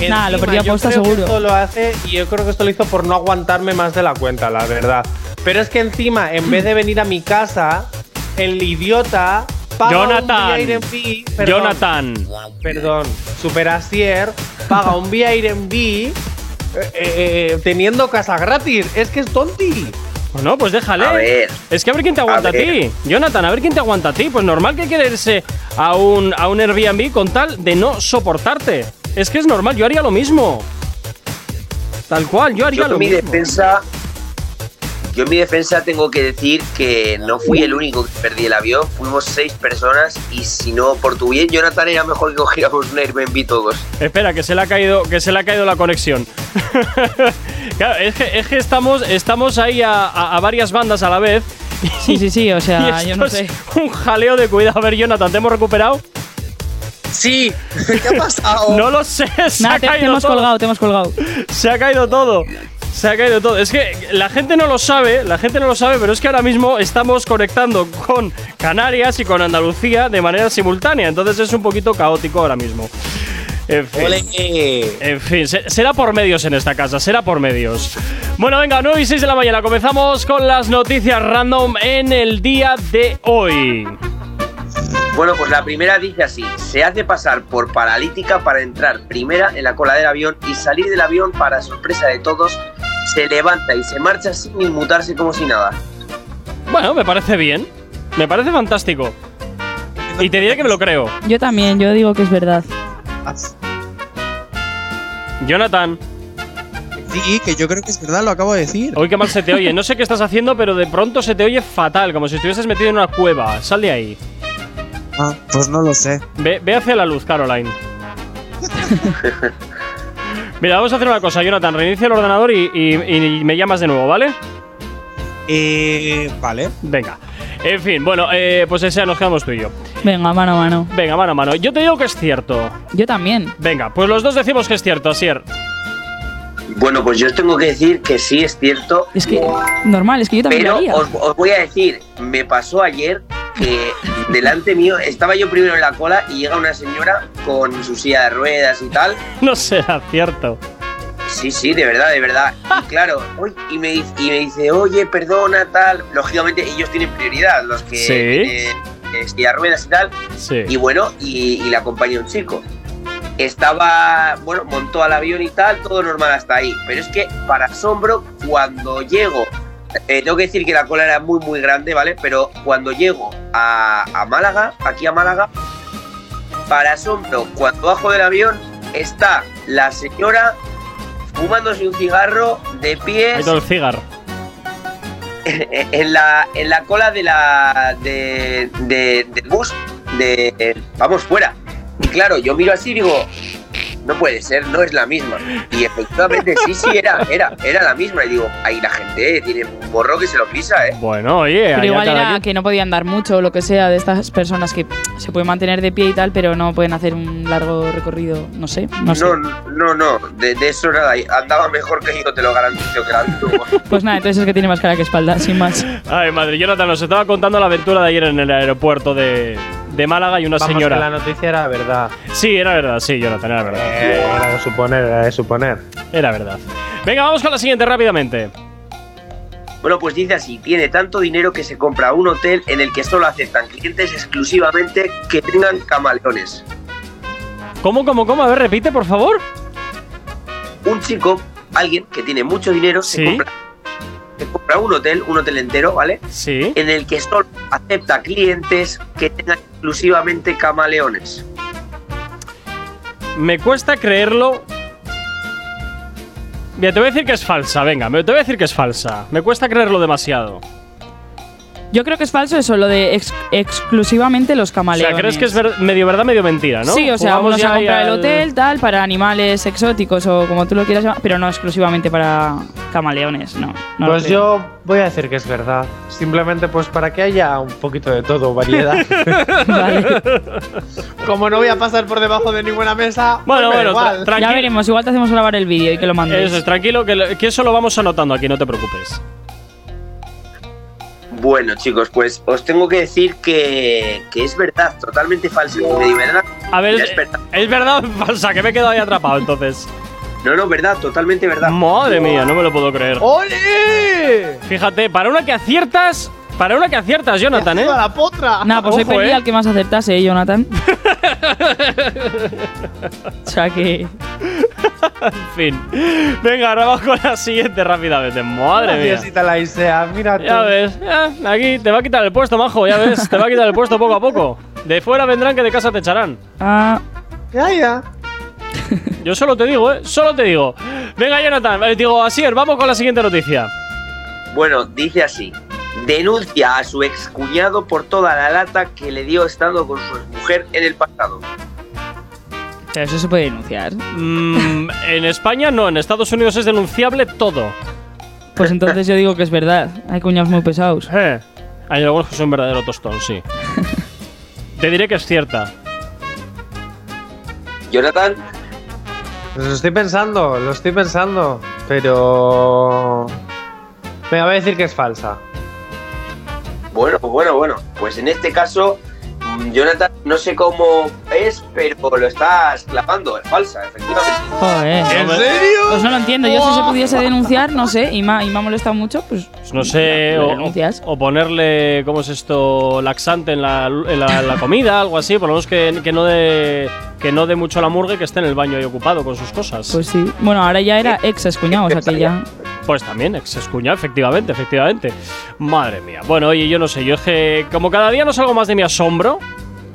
Nah, lo perdió yo aposta creo que seguro. esto lo hace y yo creo que esto lo hizo por no aguantarme más de la cuenta, la verdad. Pero es que encima, en vez de venir a mi casa, el idiota paga Jonathan. un B&B, perdón, Jonathan. perdón, Superasier paga un B&B eh, eh, eh, teniendo casa gratis. Es que es tonti. Bueno, pues déjale. A ver, Es que a ver quién te aguanta a, ti. ver. Jonathan, a ver quién te aguanta a ti. Pues normal que quererse a un, a un Airbnb con tal de no soportarte. Es que es normal, yo haría lo mismo. Tal cual, yo haría yo en lo mi mismo. defensa. Yo en mi defensa tengo que decir que no fui el único que perdí el avión, fuimos seis personas y si no, por tu bien, Jonathan, era mejor que cogiéramos un Airbnb todos. Espera, que se le ha caído, que se le ha caído la conexión. claro, es que, es que estamos, estamos ahí a, a- a varias bandas a la vez. Sí, sí, sí, o y sea, esto yo no es sé. un jaleo de cuidado. A ver, Jonathan, ¿te hemos recuperado? Sí, ¿qué ha pasado? No lo sé, se Nada, ha te, te caído hemos todo. colgado, te hemos colgado. Se ha caído todo. Se ha caído todo. Es que la gente no lo sabe, la gente no lo sabe, pero es que ahora mismo estamos conectando con Canarias y con Andalucía de manera simultánea. Entonces es un poquito caótico ahora mismo. En fin. En fin, se- será por medios en esta casa, será por medios. Bueno, venga, 9 y 6 de la mañana. Comenzamos con las noticias random en el día de hoy. Bueno, pues la primera dice así: se hace pasar por paralítica para entrar primera en la cola del avión y salir del avión para sorpresa de todos. Se levanta y se marcha sin inmutarse como si nada. Bueno, me parece bien. Me parece fantástico. Y te diré que me lo creo. Yo también, yo digo que es verdad. Jonathan, Sí, que yo creo que es verdad, lo acabo de decir. hoy qué mal se te oye. No sé qué estás haciendo, pero de pronto se te oye fatal, como si estuvieses metido en una cueva. Sal de ahí. Ah, pues no lo sé. Ve, ve hacia la luz, Caroline. Mira, vamos a hacer una cosa, Jonathan. Reinicia el ordenador y, y- y me llamas de nuevo, ¿vale? Eh, vale. Venga. En fin, bueno, eh, pues ese nos quedamos tú y yo. Venga, mano a mano. Venga, mano a mano. Yo te digo que es cierto. Yo también. Venga, pues los dos decimos que es cierto, Asier. Bueno, pues yo os tengo que decir que sí es cierto, Es que, normal, es que yo también lo pero haría. os, os voy a decir, me pasó ayer que delante mío estaba yo primero en la cola y llega una señora con su silla de ruedas y tal. No será cierto. Sí, sí, de verdad, de verdad. Y claro, uy, y me, di- y me dice, oye, perdona, tal. Lógicamente ellos tienen prioridad, los que Sí. tienen, eh, silla de ruedas y tal. Sí. Y bueno, y, y le acompañó un chico. Estaba, bueno, montó al avión y tal, todo normal hasta ahí. Pero es que, para asombro, cuando llego, eh, tengo que decir que la cola era muy, muy grande, ¿vale? Pero cuando llego a, a Málaga, aquí a Málaga, para asombro, cuando bajo del avión, está la señora fumándose un cigarro de Ahí pies todo el cigarro. en la, en la cola de la de, de- del bus de eh, vamos fuera. Y claro, yo miro así y digo, no puede ser, no es la misma. Y efectivamente sí, sí, era, era, era la misma. Y digo, ahí la gente eh, tiene un borro que se lo pisa, eh. Bueno, oye, Pero allá igual cada era quien. que no podían dar mucho o lo que sea de estas personas que se pueden mantener de pie y tal, pero no pueden hacer un largo recorrido, no sé, no sé. No, no, no, de, de eso nada. Andaba mejor que yo, te lo garantizo que la vi tú. Pues nada, entonces es que tiene más cara que espalda, sin más. Ay, madre, Jonathan, nos estaba contando la aventura de ayer en el aeropuerto de, de Málaga y una Vamos, señora. que la noticia era verdad. Sí, era verdad, sí, Jonathan, era verdad. Eh, era de suponer, era de suponer. Era verdad. Venga, vamos con la siguiente rápidamente. Bueno, pues dice así, tiene tanto dinero que se compra un hotel en el que solo aceptan clientes exclusivamente que tengan camaleones. ¿Cómo, cómo, cómo? A ver, repite, por favor. un chico, alguien que tiene mucho dinero, Sí. se, compra, se compra un hotel, un hotel entero, ¿vale? Sí. En el que solo acepta clientes que tengan exclusivamente camaleones. Me cuesta creerlo. Mira, te voy a decir que es falsa, venga, me- te voy a decir que es falsa. Me cuesta creerlo demasiado. Yo creo que es falso eso, lo de ex- exclusivamente los camaleones. O sea, crees que es ver- medio verdad, medio mentira, ¿no? Sí, o sea, Jugamos uno se ya ahí compra el al- hotel, tal, para animales exóticos o como tú lo quieras llamar, pero no exclusivamente para camaleones, no. no Ah, lo pues creo. yo voy a decir que es verdad. Simplemente pues para que haya un poquito de todo, variedad. Vale. Como no voy a pasar por debajo de ninguna mesa, pues Bueno, me da bueno, igual. Ya tranquilo. veremos, igual te hacemos grabar el vídeo y que lo mandes. Eso es, tranquilo, que, lo- que eso lo vamos anotando aquí, no te preocupes. Bueno, chicos, pues os tengo que decir que, que es verdad, totalmente falso. Y me di verdad. A ver, Ya es, es verdad. ¿es verdad o falsa? Que me he quedado ahí atrapado, entonces. No, no, verdad, totalmente verdad. Madre mía, no me lo puedo creer. Oh. ¡Ole! Fíjate, para una que aciertas, para una que aciertas, Jonathan, ¿eh? ¡Viva la potra! Nada, pues hoy Ojo, perdí eh. al que más acertase, ¿eh, Jonathan. o sea que. En fin. Venga, ahora vamos con la siguiente rápidamente. Madre mía. Graciasita la Isea, mira tú. Ya ves, ya, aquí te va a quitar el puesto, majo, ya ves, te va a quitar el puesto poco a poco. De fuera vendrán que de casa te echarán. Ah, Ya, ya. Yo solo te digo, eh, solo te digo. Venga, Jonathan, eh, digo, Asier, vamos con la siguiente noticia. Bueno, dice así. Denuncia a su excuñado por toda la lata que le dio estando con su mujer en el pasado. pero eso se puede denunciar. Mm, en España no, en Estados Unidos es denunciable todo. Pues entonces yo digo que es verdad. Hay cuñados muy pesados. Eh, Hay algunos que son verdadero tostón, sí. Te diré que es cierta. Jonathan, Pues lo estoy pensando, lo estoy pensando. Pero. Venga, voy a decir que es falsa. Bueno, bueno, bueno. Pues en este caso, mm, Jonathan, no sé cómo es, pero lo estás clavando. Es falsa, efectivamente. Joder. Pues no lo entiendo. Yo si se pudiese denunciar, no sé, y me, ha- y me ha molestado mucho, pues. Pues Oh. No sé, Lo o, denuncias. o ponerle, ¿cómo es esto? Laxante en la, en la- la comida, algo así. Por lo menos que, que no dé que no dé mucho la murgue, que esté en el baño ahí ocupado con sus cosas. Pues sí. Bueno, ahora ya era ex escuñado, o sea que ya. Pues también, ex escuña, efectivamente, efectivamente. Madre mía. Bueno, oye, yo no sé, yo es que como cada día no salgo más de mi asombro,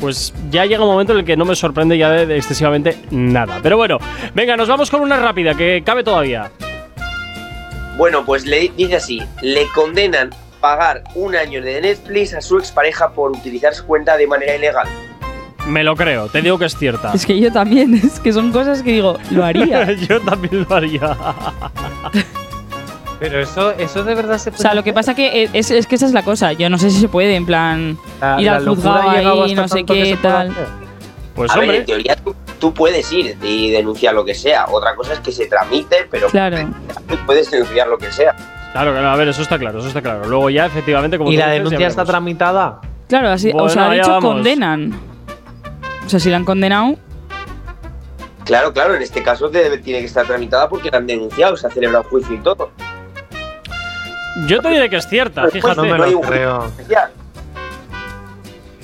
pues ya llega un momento en el que no me sorprende ya de- de excesivamente nada. Pero bueno, venga, nos vamos con una rápida que cabe todavía. Bueno, pues le dice así: le condenan pagar un año de Netflix a su expareja por utilizar su cuenta de manera ilegal. Me lo creo, te digo que es cierta. Es que yo también, es que son cosas que digo, lo haría. yo también lo haría. Pero eso, eso de verdad se O sea, lo que pasa que e, es, es que esa es la cosa. Yo no sé si se puede, en plan, La- ir la al locura juzgado ha llegado ahí, hasta no sé tanto que qué, se puede tal. hacer. Pues a ver, hombre, en teoría tú, tú puedes ir y denunciar lo que sea. Otra cosa es que se tramite, pero Claro. tú puedes denunciar lo que sea. claro, claro, a ver, eso está claro, eso está claro. Luego ya, efectivamente, como ¿Y tú la dices, ya denuncia está veremos. tramitada? Claro, así, o Bueno, sea, de allá hecho vamos. condenan. O sea, si la han condenado, Claro, claro, en este caso debe- tiene que estar tramitada porque la han denunciado, se ha celebrado juicio y todo. Yo te diré que es cierta, Pues fíjate. No me no hay lo un- creo. Ya,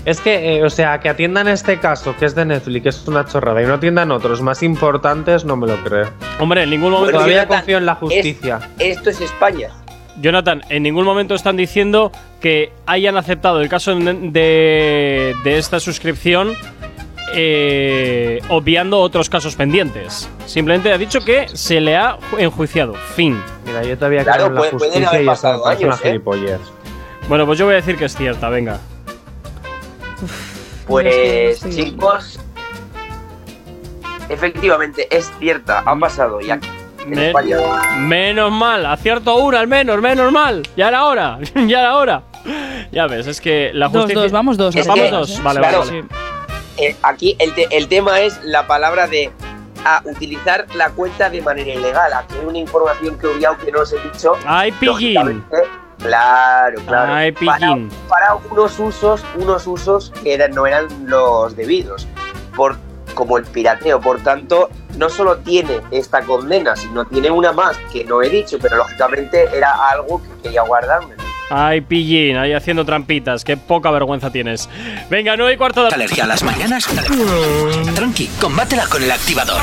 Es que, eh, o sea, que atiendan este caso, que es de Netflix, que es una chorrada, y no atiendan otros más importantes, no me lo creo. Hombre, en ningún momento. Bueno, Todavía Jonathan, confío en la justicia. Esto es España. Jonathan, en ningún momento están diciendo que hayan aceptado el caso de, de- de esta suscripción eh, obviando otros casos pendientes. Simplemente ha dicho que se le ha enjuiciado. Fin. Mira, yo todavía creo Claro, en la puede- pueden justicia haber y esa pasado me parece una años, ¿eh? gilipollez. Bueno, pues yo voy a decir que es cierta, venga. Pues, Sí. chicos, efectivamente es cierta, ha pasado y aquí en Me- España. Menos mal, acierto una al menos, menos mal. Ya era hora, ya era hora. Ya ves, es que la dos, justicia. dos, vamos dos. Es vamos que- dos, vale, vale, Sí. Eh, aquí el, te- el tema es la palabra de ah, utilizar la cuenta de manera ilegal. Aquí hay una información que he obviado que no os he dicho. Ay, pillín. Lógicamente, Claro, claro. Ay, para, pillín. para unos usos, unos usos que eran, no eran los debidos, por, como el pirateo. Por tanto, no solo tiene esta condena, sino tiene una más que no he dicho, pero lógicamente era algo que quería guardarme. Ay, pillín, ahí haciendo trampitas. Qué poca vergüenza tienes. Venga, nueve y cuarto de la ¿Alergia a las mañanas? Tranqui, combátela con el activador.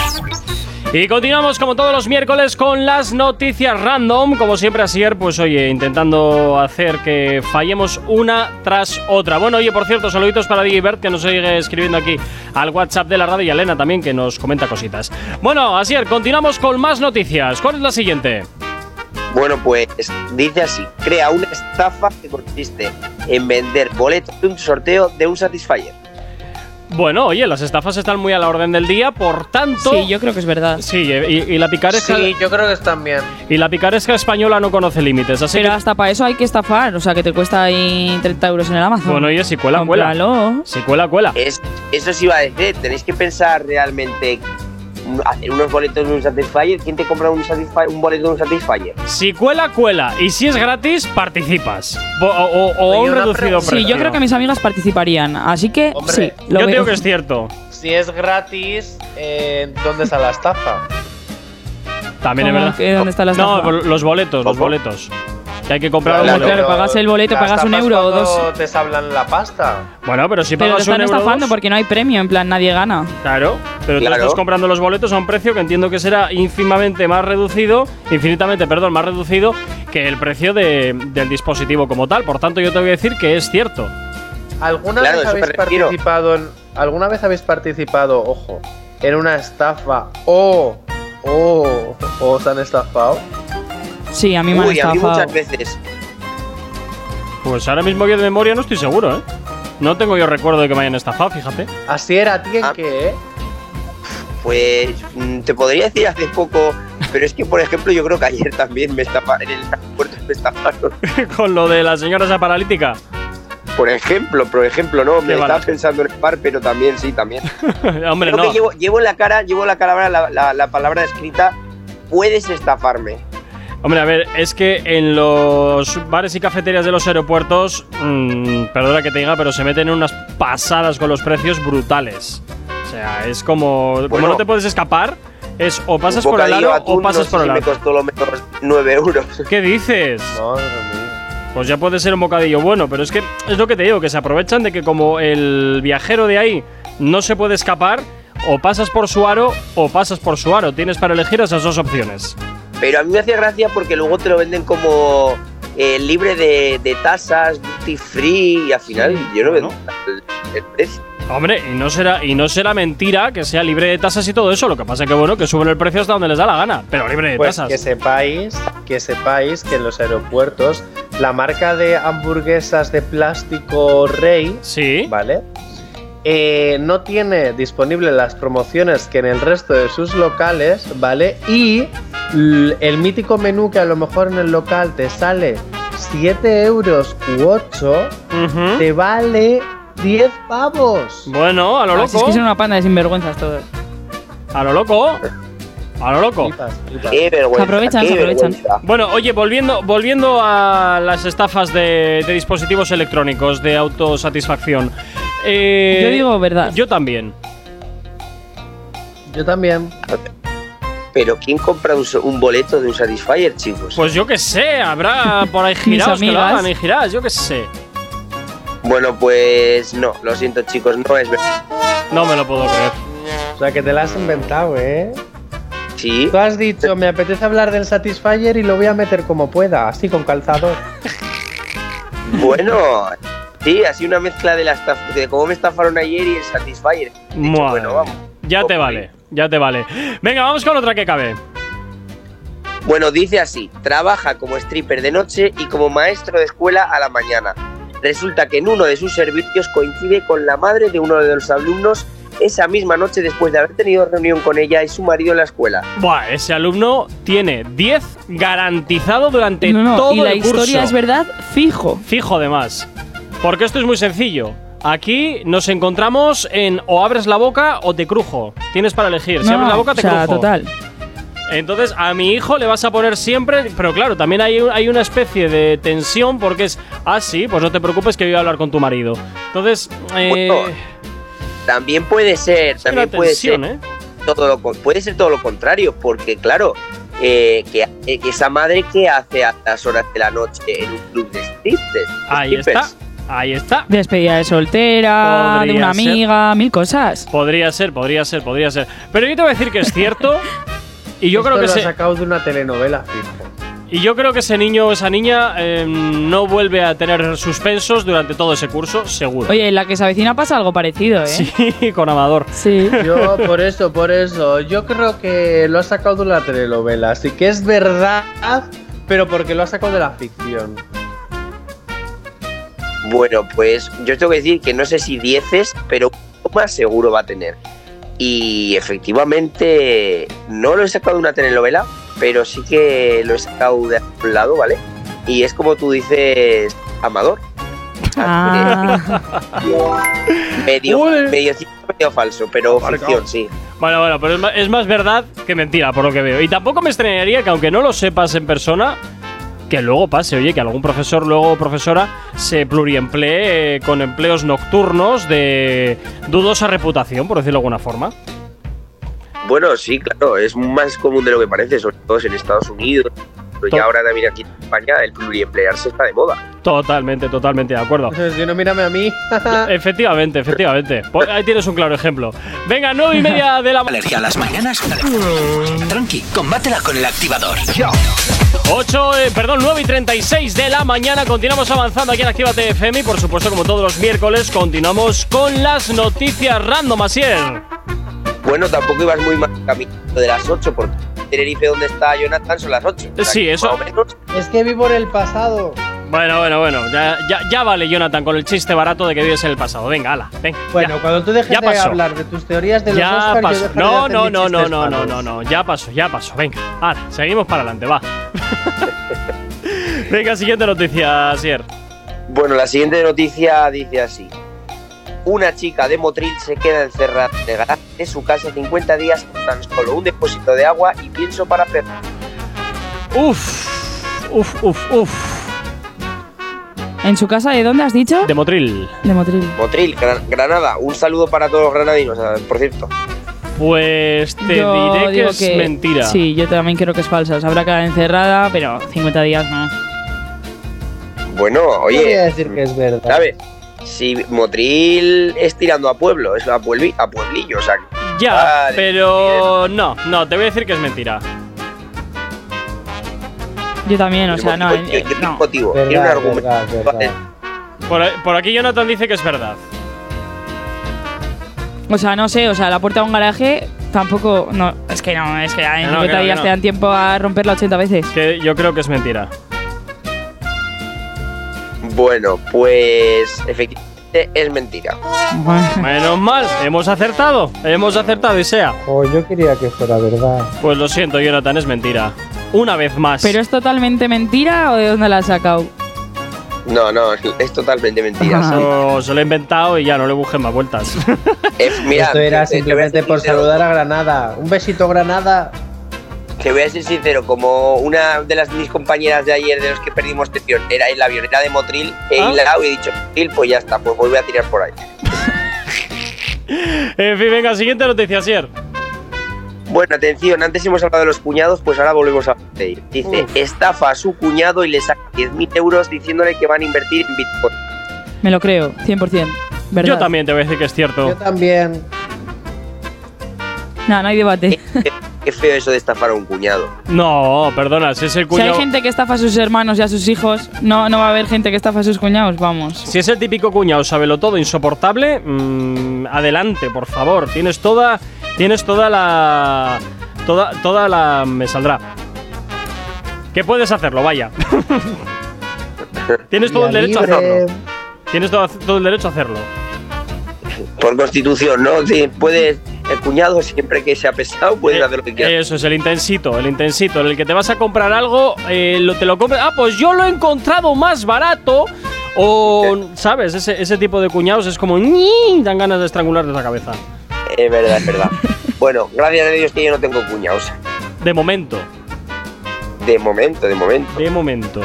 Y continuamos como todos los miércoles con las noticias random. Como siempre, Asier, pues oye, intentando hacer que fallemos una tras otra. Bueno, oye, por cierto, saluditos para Digibert, que nos sigue escribiendo aquí al WhatsApp de la radio y a Elena también, que nos comenta cositas. Bueno, Asier, continuamos con más noticias. ¿Cuál es la siguiente? Bueno, pues dice así: crea una estafa que consiste en vender boletos de un sorteo de un Satisfyer. Bueno, oye, las estafas están muy a la orden del día, por tanto. Sí, yo creo que es verdad. Sí, y, y la picaresca, Sí, yo creo que están bien. y la picaresca española no conoce límites, así Pero que- hasta para eso hay que estafar, o sea, que te cuesta ahí 30 euros en el Amazon. Bueno, oye, si cuela, cuela. Cómpralo. Si cuela, cuela. Eh. Es, eso sí iba a decir, tenéis que pensar realmente mm, hacer unos boletos de un Satisfyer. ¿Quién te compra un, Satisfy- un boleto de un Satisfyer? Si cuela, cuela. Y si es gratis, participas. Bo- O, Pues o- o a Oye, un una reducido pregunta. precio. Sí, yo creo que mis amigas participarían, así que Hombre, sí, lo Yo veo. creo que es cierto. Si es gratis, eh, ¿dónde está la estafa? También es ¿Cómo verdad. que dónde está la No, estafa? por los boletos, los ¿Cómo? boletos. Que hay que comprar un Claro, boleto. claro, pagas el boleto, la pagas un estafa es euro o cuando dos. te sablan la pasta. Bueno, pero si Pero lo pagas un están euro. estafando dos- porque no hay premio, en plan, nadie gana. Claro, pero tú Claro. estás comprando los boletos a un precio que entiendo que será ínfimamente más reducido, infinitamente, perdón, más reducido que el precio de- del dispositivo como tal. Por tanto, yo te voy a decir que es cierto. ¿Alguna Claro, vez eso me habéis refiero. participado en alguna vez habéis participado, ojo, en una estafa o o o os han estafado? Sí, a mí me han Uy, a mí estafado. muchas veces. Pues ahora mismo yo de memoria no estoy seguro, ¿eh? No tengo yo recuerdo de que me hayan estafado, fíjate. Así era, ¿a ti en Ah. qué, eh? Pues mm, te podría decir hace poco, pero es que, por ejemplo, yo creo que ayer también me estafaron, en el aeropuerto me estafaron. Con lo de la señora esa paralítica. Por ejemplo, por ejemplo, no, me Qué estaba barato. pensando en el par, pero también, sí, también. Hombre, Creo no. que llevo, llevo en la cara, llevo en la cara ahora la, la- la palabra escrita, puedes estafarme. Hombre, a ver, es que en los bares y cafeterías de los aeropuertos, mm, perdona que te diga, pero se meten unas pasadas con los precios brutales. O sea, es como. como Bueno. no te puedes escapar, es o pasas Un por el bocadillo aro de o atún, pasas no sé por el si aro. Me costó lo menos 9 euros. ¿Qué dices? Madre mía. Pues ya puede ser un bocadillo bueno, pero es que es lo que te digo, que se aprovechan de que como el viajero de ahí no se puede escapar, o pasas por su aro o pasas por su aro. Tienes para elegir esas dos opciones. Pero a mí me hacía gracia porque luego te lo venden como eh, libre de, de tasas, duty free, y al final yo no vendo el, el precio. Hombre, y no será y no será mentira que sea libre de tasas y todo eso. Lo que pasa que bueno, que suben el precio hasta donde les da la gana, pero libre de Pues tasas. que sepáis, que sepáis que en los aeropuertos la marca de hamburguesas de plástico Rey, Sí. ¿vale? Eh, no tiene disponible las promociones que en el resto de sus locales, ¿vale? Y l- el mítico menú que a lo mejor en el local te sale 7 euros u 8, Ujú. te vale 10 pavos. Bueno, a lo Ah, si es loco. que son una panda de sinvergüenzas todos. A lo loco. A lo loco. Flipas, flipas. Qué vergüenza. Aprovechan, qué se aprovechan. vergüenza. Bueno, oye, volviendo, volviendo a las estafas de, de dispositivos electrónicos de autosatisfacción. Eh, Yo digo verdad. Yo también. Yo también. Pero ¿quién compra un, so- un boleto de un Satisfyer, chicos? Pues yo qué sé, habrá por ahí girados que lo amigas. hagan y giradas, yo qué sé. Bueno, pues no, lo siento, chicos, no es verdad. No me lo puedo creer. O sea que te la has inventado, ¿eh? Sí, Tú has dicho, me apetece hablar del Satisfyer y lo voy a meter como pueda, así con calzador. bueno, sí, así una mezcla de, la estaf- de cómo me estafaron ayer y el Satisfyer. He dicho, Madre bueno, vamos. Ya te vale, ya te vale. Venga, vamos con otra que cabe. Bueno, dice así, trabaja como stripper de noche y como maestro de escuela a la mañana. Resulta que en uno de sus servicios coincide con la madre de uno de los alumnos esa misma noche después de haber tenido reunión con ella y su marido en la escuela. Buah, ese alumno tiene 10 garantizado durante No, no, todo y la el curso. historia es verdad fijo. Fijo además. Porque esto es muy sencillo. Aquí nos encontramos en o abres la boca o te crujo. Tienes para elegir. Si No, abres la boca te o sea, crujo. total. Entonces a mi hijo le vas a poner siempre, pero claro, también hay, hay una especie de tensión porque es, ah, sí, pues no te preocupes que voy a hablar con tu marido. Entonces, eh, Bueno, También puede ser, es una también puede ser, Pues tensión, ¿eh? todo lo, con- puede ser todo lo contrario, porque claro, eh, que, eh, que esa madre que hace a las horas de la noche en un club de striptease- Ahí strippers. está, ahí está. Despedida de soltera, de Podría una ser. amiga, mil cosas. Podría ser, podría ser, podría ser. Pero yo te voy a decir que es cierto. Y yo Esto creo que lo ha se, sacado de una telenovela, fijo. Y yo creo que ese niño o esa niña eh, no vuelve a tener suspensos durante todo ese curso, seguro. Oye, en la que se avecina pasa algo parecido, ¿eh? Sí, con Amador. Sí. Yo, por eso, por eso. Yo creo que lo ha sacado de una telenovela, así que es verdad, pero porque lo ha sacado de la ficción. Bueno, pues yo tengo que decir que no sé si dieces, pero un más seguro va a tener. Y efectivamente, no lo he sacado de una telenovela, pero sí que lo he sacado de algún lado, ¿vale? Y es como tú dices, Amador. Ah, Medio, Uy. medio cierto, medio falso, pero ficción, sí. Bueno, bueno, pero es ma- es más, verdad que mentira, por lo que veo. Y tampoco me extrañaría que, aunque no lo sepas en persona, que luego pase, oye, que algún profesor, luego profesora, se pluriemplee eh, con empleos nocturnos de dudosa reputación, por decirlo de alguna forma. Bueno, sí, claro, es más común de lo que parece, sobre todo en Estados Unidos. Pero To- ya ahora también aquí en España el pluriemplearse está de moda. Totalmente, totalmente de acuerdo. Entonces, si no, mírame a mí. Efectivamente, efectivamente. Pues ahí tienes un claro ejemplo. Venga, nueve y media de la ma- Alergia a las mañanas. Tranqui, combátela con el activador. 8, eh, perdón, 9 y 36 de la mañana. Continuamos avanzando aquí en Actívate FM y, por supuesto, como todos los miércoles, continuamos con las noticias random, Asier. Bueno, tampoco ibas muy mal caminando de las 8, porque Tenerife, donde está Jonathan, son las 8. Eh, Sí, eso- Más o menos. es que vivo en el pasado. Bueno, bueno, bueno. Ya, ya, ya vale, Jonathan, con el chiste barato de que vives en el pasado. Venga, ala, venga. Bueno, ya. cuando tú dejes Ya de pasó. hablar de tus teorías de los Ya Oscar, yo pasó. dejaré de No, hacer no, mis no, no, chistes no, no, malos. no, no. Ya pasó, ya pasó. Venga, ala, seguimos para adelante, va. Venga, siguiente noticia, Asier. Bueno, la siguiente noticia dice así. Una chica de Motril se queda encerrada en el garaje de su casa 50 días con tan solo un depósito de agua y pienso para perros. Uf, uf, uf, uf. ¿En su casa de dónde has dicho? De Motril. De Motril. Motril, Gran- Granada. Un saludo para todos los granadinos, eh, por cierto. Pues te Yo diré que digo es mentira. Sí, yo también creo que es falsa. Se habrá quedado encerrada, pero 50 días no. Bueno, oye. Yo voy a decir que es verdad. ¿Sabes? Si Motril es tirando a pueblo, es a, puebli, a pueblillo, o sea, Ya, Vale, pero no, no, te voy a decir que es mentira. Yo también, o sea, no. Motivo, eh, tiene un no. motivo, Verdad, tiene un argumento. verdad, verdad. Por, por aquí Jonathan dice que es verdad. O sea, no sé, o sea, la puerta de un garaje tampoco. No, es que no, es que en Que no, 50 que no, días que no. te dan tiempo a romperla 80 veces. Que yo creo que es mentira. Bueno, pues efectivamente es mentira. Menos mal, hemos acertado. Hemos acertado y sea. Oh, yo quería que fuera verdad. Pues lo siento, Jonathan, es mentira. Una vez más. ¿Pero es totalmente mentira o de dónde la has sacado? No, no, es, es totalmente mentira. Ajá. Eso se lo he inventado y ya no le busquen más vueltas. Es- mira, Esto te- era te- te simplemente voy a por ser sincero, saludar a Granada. Un besito, Granada. Te voy a ser sincero, como una de las mis compañeras de ayer de los que perdimos sesión era en la avioneta de Motril, he Ah. hilado y he dicho, Motril, pues ya está, pues voy a tirar por ahí. en fin, venga, siguiente noticia, Sier. Bueno, atención, antes hemos hablado de los cuñados, pues ahora volvemos a pedir. Dice, estafa a su cuñado y le saca 10.000 euros diciéndole que van a invertir en Bitcoin. Me lo creo, 100%. ¿verdad? Yo también te voy a decir que es Yo cierto. también. No, no hay debate. Qué feo eso de estafar a un cuñado. No, perdona, si es el Si hay cuñado. gente que estafa a sus hermanos y a sus hijos, no, no va a haber gente que estafa a sus cuñados, vamos. Si es el típico cuñado, sábelo todo, insoportable, mm, adelante, por favor. Tienes toda. Tienes toda la. Toda, toda la. Me saldrá. Que puedes hacerlo, vaya. tienes todo el Vía derecho a libre. hacerlo. Tienes todo, todo el derecho a hacerlo. Por constitución, ¿no? Sí, puedes, el cuñado siempre que sea pesado, puedes Eh, hacer lo que quieras. Eso es el intensito, el intensito, en el que te vas a comprar algo, eh, lo, te lo compras. Ah, pues yo lo he encontrado más barato. O, ¿sabes? Ese, ese tipo de cuñados es como. "Ñi", Dan ganas de estrangularte la cabeza. Es verdad, es verdad. bueno, gracias a Dios que yo no tengo cuñados. De momento, De momento, de momento. de momento.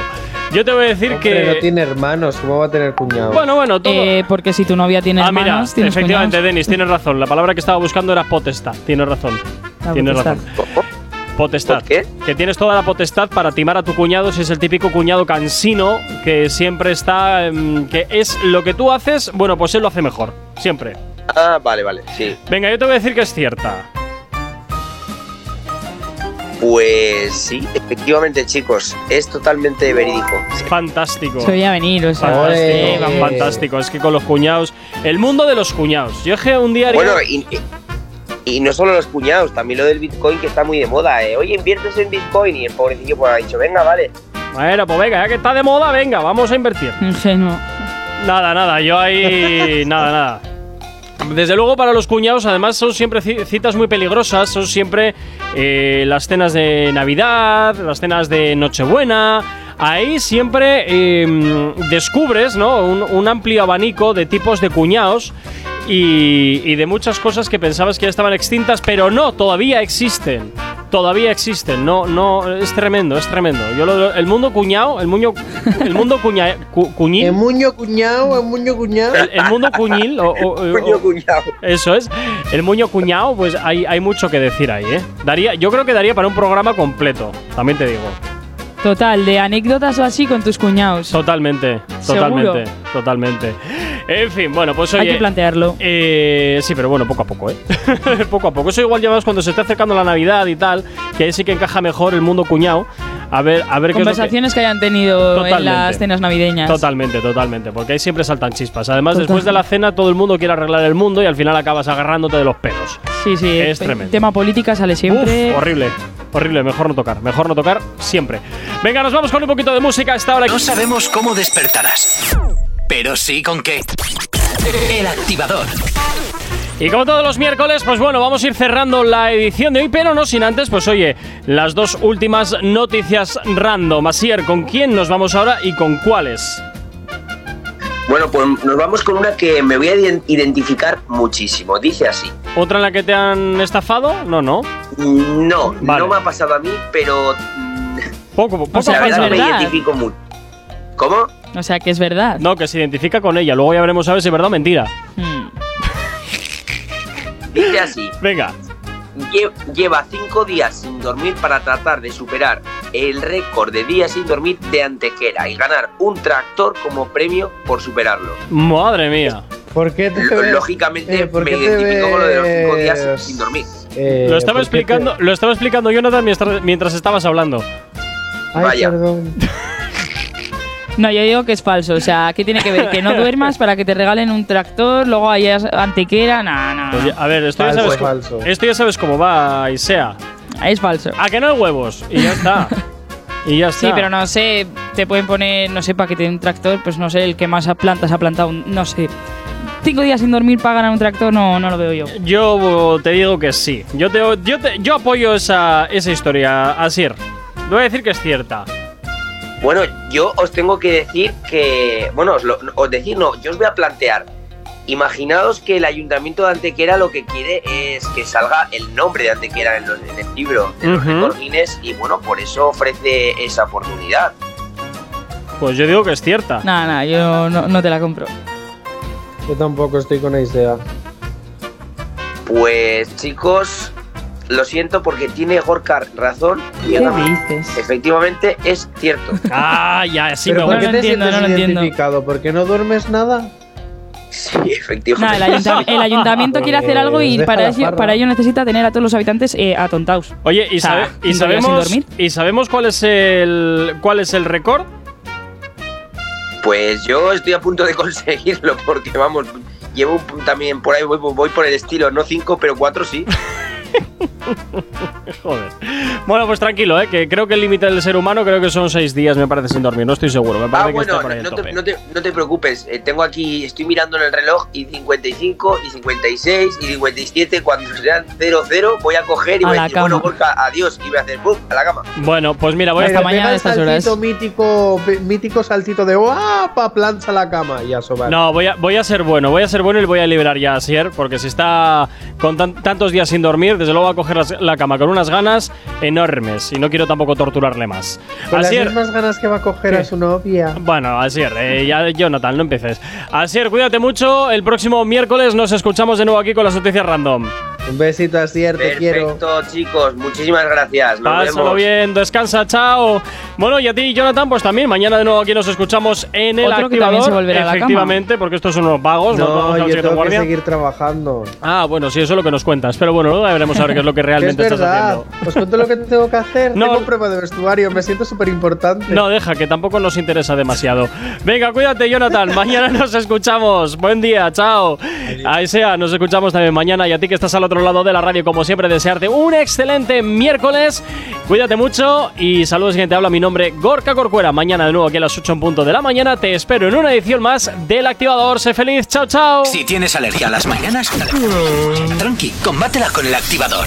Yo te voy a decir Hombre, no que. tiene hermanos, ¿cómo va a tener cuñado? Bueno, bueno, todo. Eh, porque si tu novia tiene ah, mira, hermanos, tienes efectivamente, cuñados. Denis, tienes razón. La palabra que estaba buscando era potestad. Tienes razón. La tienes potestad. razón. ¿Cómo? Potestad. ¿Por qué? Que tienes toda la potestad para timar a tu cuñado si es el típico cuñado cansino que siempre está. em, que es lo que tú haces, bueno, pues él lo hace mejor. Siempre. Ah, vale, vale, sí. Venga, yo te voy a decir que es cierta. Pues sí, efectivamente, chicos, es totalmente verídico. Fantástico. Se veía venir, o sea. eh, Fantástico, Ole. fantástico. Es que con los cuñados. El mundo de los cuñados. Yo es que un día. haría- Bueno, y, y no solo los cuñados, también lo del Bitcoin que está muy de moda. ¿eh? Oye, inviertes en Bitcoin y el pobrecillo pues, ha dicho, venga, vale. Bueno, pues venga, ya que está de moda, venga, vamos a invertir. Ingenuo. Nada, nada, yo ahí. nada, nada. Desde luego para los cuñados, además son siempre ci- citas muy peligrosas, son siempre eh, las cenas de Navidad, las cenas de Nochebuena, ahí siempre eh, descubres ¿no? un, un amplio abanico de tipos de cuñados y, y de muchas cosas que pensabas que ya estaban extintas, pero no, todavía existen, todavía existen, no, no, es tremendo, es tremendo. Yo lo- el mundo cuñado, el, muño, el mundo cuña, cu- cuñín, ¿Es muño cuñado? ¿Es muño cuñado? Eh, el, el mundo cuñil, o- o- o- Coño, cuñado. eso es. El muño cuñado, pues hay, hay mucho que decir ahí, ¿eh? Daría, yo creo que daría para un programa completo, también te digo. Total, de anécdotas o así con tus cuñados. Totalmente, Seguro. totalmente, totalmente. En fin, bueno, pues Hay que oye. plantearlo. eh, sí, pero bueno, poco a poco, ¿eh? poco a poco. Eso igual llevamos cuando se está acercando la Navidad y tal, que ahí sí que encaja mejor el mundo cuñado. A ver, a ver qué es lo que- Conversaciones que... hayan tenido en Totalmente. las cenas navideñas. Totalmente, totalmente, porque ahí siempre saltan chispas. Además, Total. después de la cena todo el mundo quiere arreglar el mundo y al final acabas agarrándote de los pelos. Sí, sí. Es pe- tremendo. Tema política sale siempre. Uf, horrible. Horrible, mejor no tocar, mejor no tocar siempre. Venga, nos vamos con un poquito de música a esta hora. No sabemos cómo despertarás, pero sí con qué. El activador. Y como todos los miércoles, pues bueno, vamos a ir cerrando la edición de hoy, pero no sin antes, pues oye, las dos últimas noticias random. Asier, ¿con quién nos vamos ahora y con cuáles? Bueno, pues nos vamos con una que me voy a iden- identificar muchísimo. Dice así. ¿Otra en la que te han estafado? No, no. No, Vale. no me ha pasado a mí, pero mm, Poco, poco sea, ha la es verdad pasado. me verdad. identifico mucho. ¿Cómo? O sea, que es verdad. No, que se identifica con ella. Luego ya veremos a ver si es verdad o mentira. Mm. Dice así. Venga. Lle- Lleva cinco días sin dormir para tratar de superar el récord de días sin dormir de Antequera y ganar un tractor como premio por superarlo. Madre mía. ¿Por qué te Lo- ves- Lógicamente eh, ¿por me qué te identifico con lo de los cinco días ves- sin dormir. eh, Lo estaba por qué te- explicando, lo estaba explicando Jonathan mientras, mientras estabas hablando. Ay, Vaya. perdón. No, yo digo que es falso. O sea, ¿qué tiene que ver? Que no duermas para que te regalen un tractor, luego hayas antequera. No, no. Oye, a ver, esto Pues ya, Falso, sabes, cómo- falso. esto ya sabes cómo va, Isea. Es falso. A que no hay huevos. Y ya está. y Ah, ya está. Sí, pero no sé, te pueden poner, no sé, para que te den un tractor, pues no sé, el que más plantas ha plantado, un- no sé. Cinco días sin dormir para ganar un tractor, no, no lo veo yo. Eh, Yo te digo que sí. Yo, te, yo, te- yo apoyo esa, esa historia, Asir. Voy a decir que es cierta. Bueno, yo os tengo que decir que. Bueno, os, lo- os decir no, yo os voy a plantear. Imaginaos que el ayuntamiento de Antequera lo que quiere es que salga el nombre de Antequera en, los- en el libro de los Ujú. récords Guinness y bueno, por eso ofrece esa oportunidad. Pues yo digo que es cierta. Nada, nada, yo no, no te la compro. Yo tampoco estoy con Aisea. Pues chicos, lo siento porque tiene Gorka razón y Adama. dices? efectivamente es cierto. Ah, ya, sí me Pero bueno. ¿por No gusta. qué te lo entiendo, sientes no lo entiendo. identificado? ¿Por qué no duermes nada? Sí, efectivamente. Nada, el, ayunta- el ayuntamiento quiere hacer algo Pues y Deja para la ello, farra. para ello necesita tener a todos los habitantes eh, atontados. Oye, ¿y, O sea, sabe- y ¿cinco días sin sabemos, dormir? ¿y sabemos cuál es el cuál es el récord? Pues yo estoy a punto de conseguirlo porque vamos, llevo un- también por ahí, voy, voy por el estilo, no cinco, pero cuatro sí. Joder. Bueno, pues tranquilo, ¿eh? que creo que el límite del ser humano creo que son seis días, me parece, sin dormir. No estoy seguro, me parece Ah, que bueno, está por ahí el no tope. te, no te- no te preocupes, eh, tengo aquí, estoy mirando en el reloj y 55 y 56 y 57, cuando sean 00 voy a coger y A voy a la decir, bueno, cama. Gorka, adiós y voy a hacer ¡pum! a la cama. Bueno, pues mira, voy a Hasta Mira, mañana pega a el estas saltito horas. Mítico, pe- mítico saltito de ¡guapa! Plancha la cama y asobar. No, voy a, voy a ser bueno, voy a ser bueno y le voy a liberar ya a Sier, porque si está con tan- tantos días sin dormir, desde luego va a coger las- la cama con unas ganas enormes y no quiero tampoco torturarle más. Con las Asier, mismas ganas que va a coger ¿Qué? a su novia. bueno, Asier, eh, ya Jonathan, no empieces. Asier, cuídate mucho, el próximo miércoles nos escuchamos de nuevo aquí con las noticias random. Un besito a Sier, te quiero. Perfecto, chicos, muchísimas gracias. Nos Pásalo vemos. bien, descansa, chao. Bueno, y a ti, Jonathan, pues también mañana de nuevo aquí nos escuchamos en el Otro que activador. también se volverá a la cama. efectivamente, porque estos son unos vagos, nos vamos No, a la yo siguiente tengo que guardia. seguir trabajando. Ah, bueno, sí, eso es lo que nos cuentas. Pero bueno, luego ya veremos a ver qué es lo que Que es realmente estás verdad. haciendo. Os cuento lo que tengo que hacer. No. Tengo prueba de vestuario, me siento súper importante. No, deja, que tampoco nos interesa demasiado. Venga, cuídate, Jonathan. Mañana nos escuchamos. Buen día, chao. Ahí sea, nos escuchamos también mañana. Y a ti que estás al otro lado de la radio, como siempre, desearte un excelente miércoles. Cuídate mucho y saludos, gente. Habla mi nombre, Gorka Corcuera. Mañana de nuevo aquí a las 8 en punto de la mañana. Te espero en una edición más del Activador. Sé feliz, chao, chao. Si tienes alergia a las mañanas, tranqui, combátela con el activador.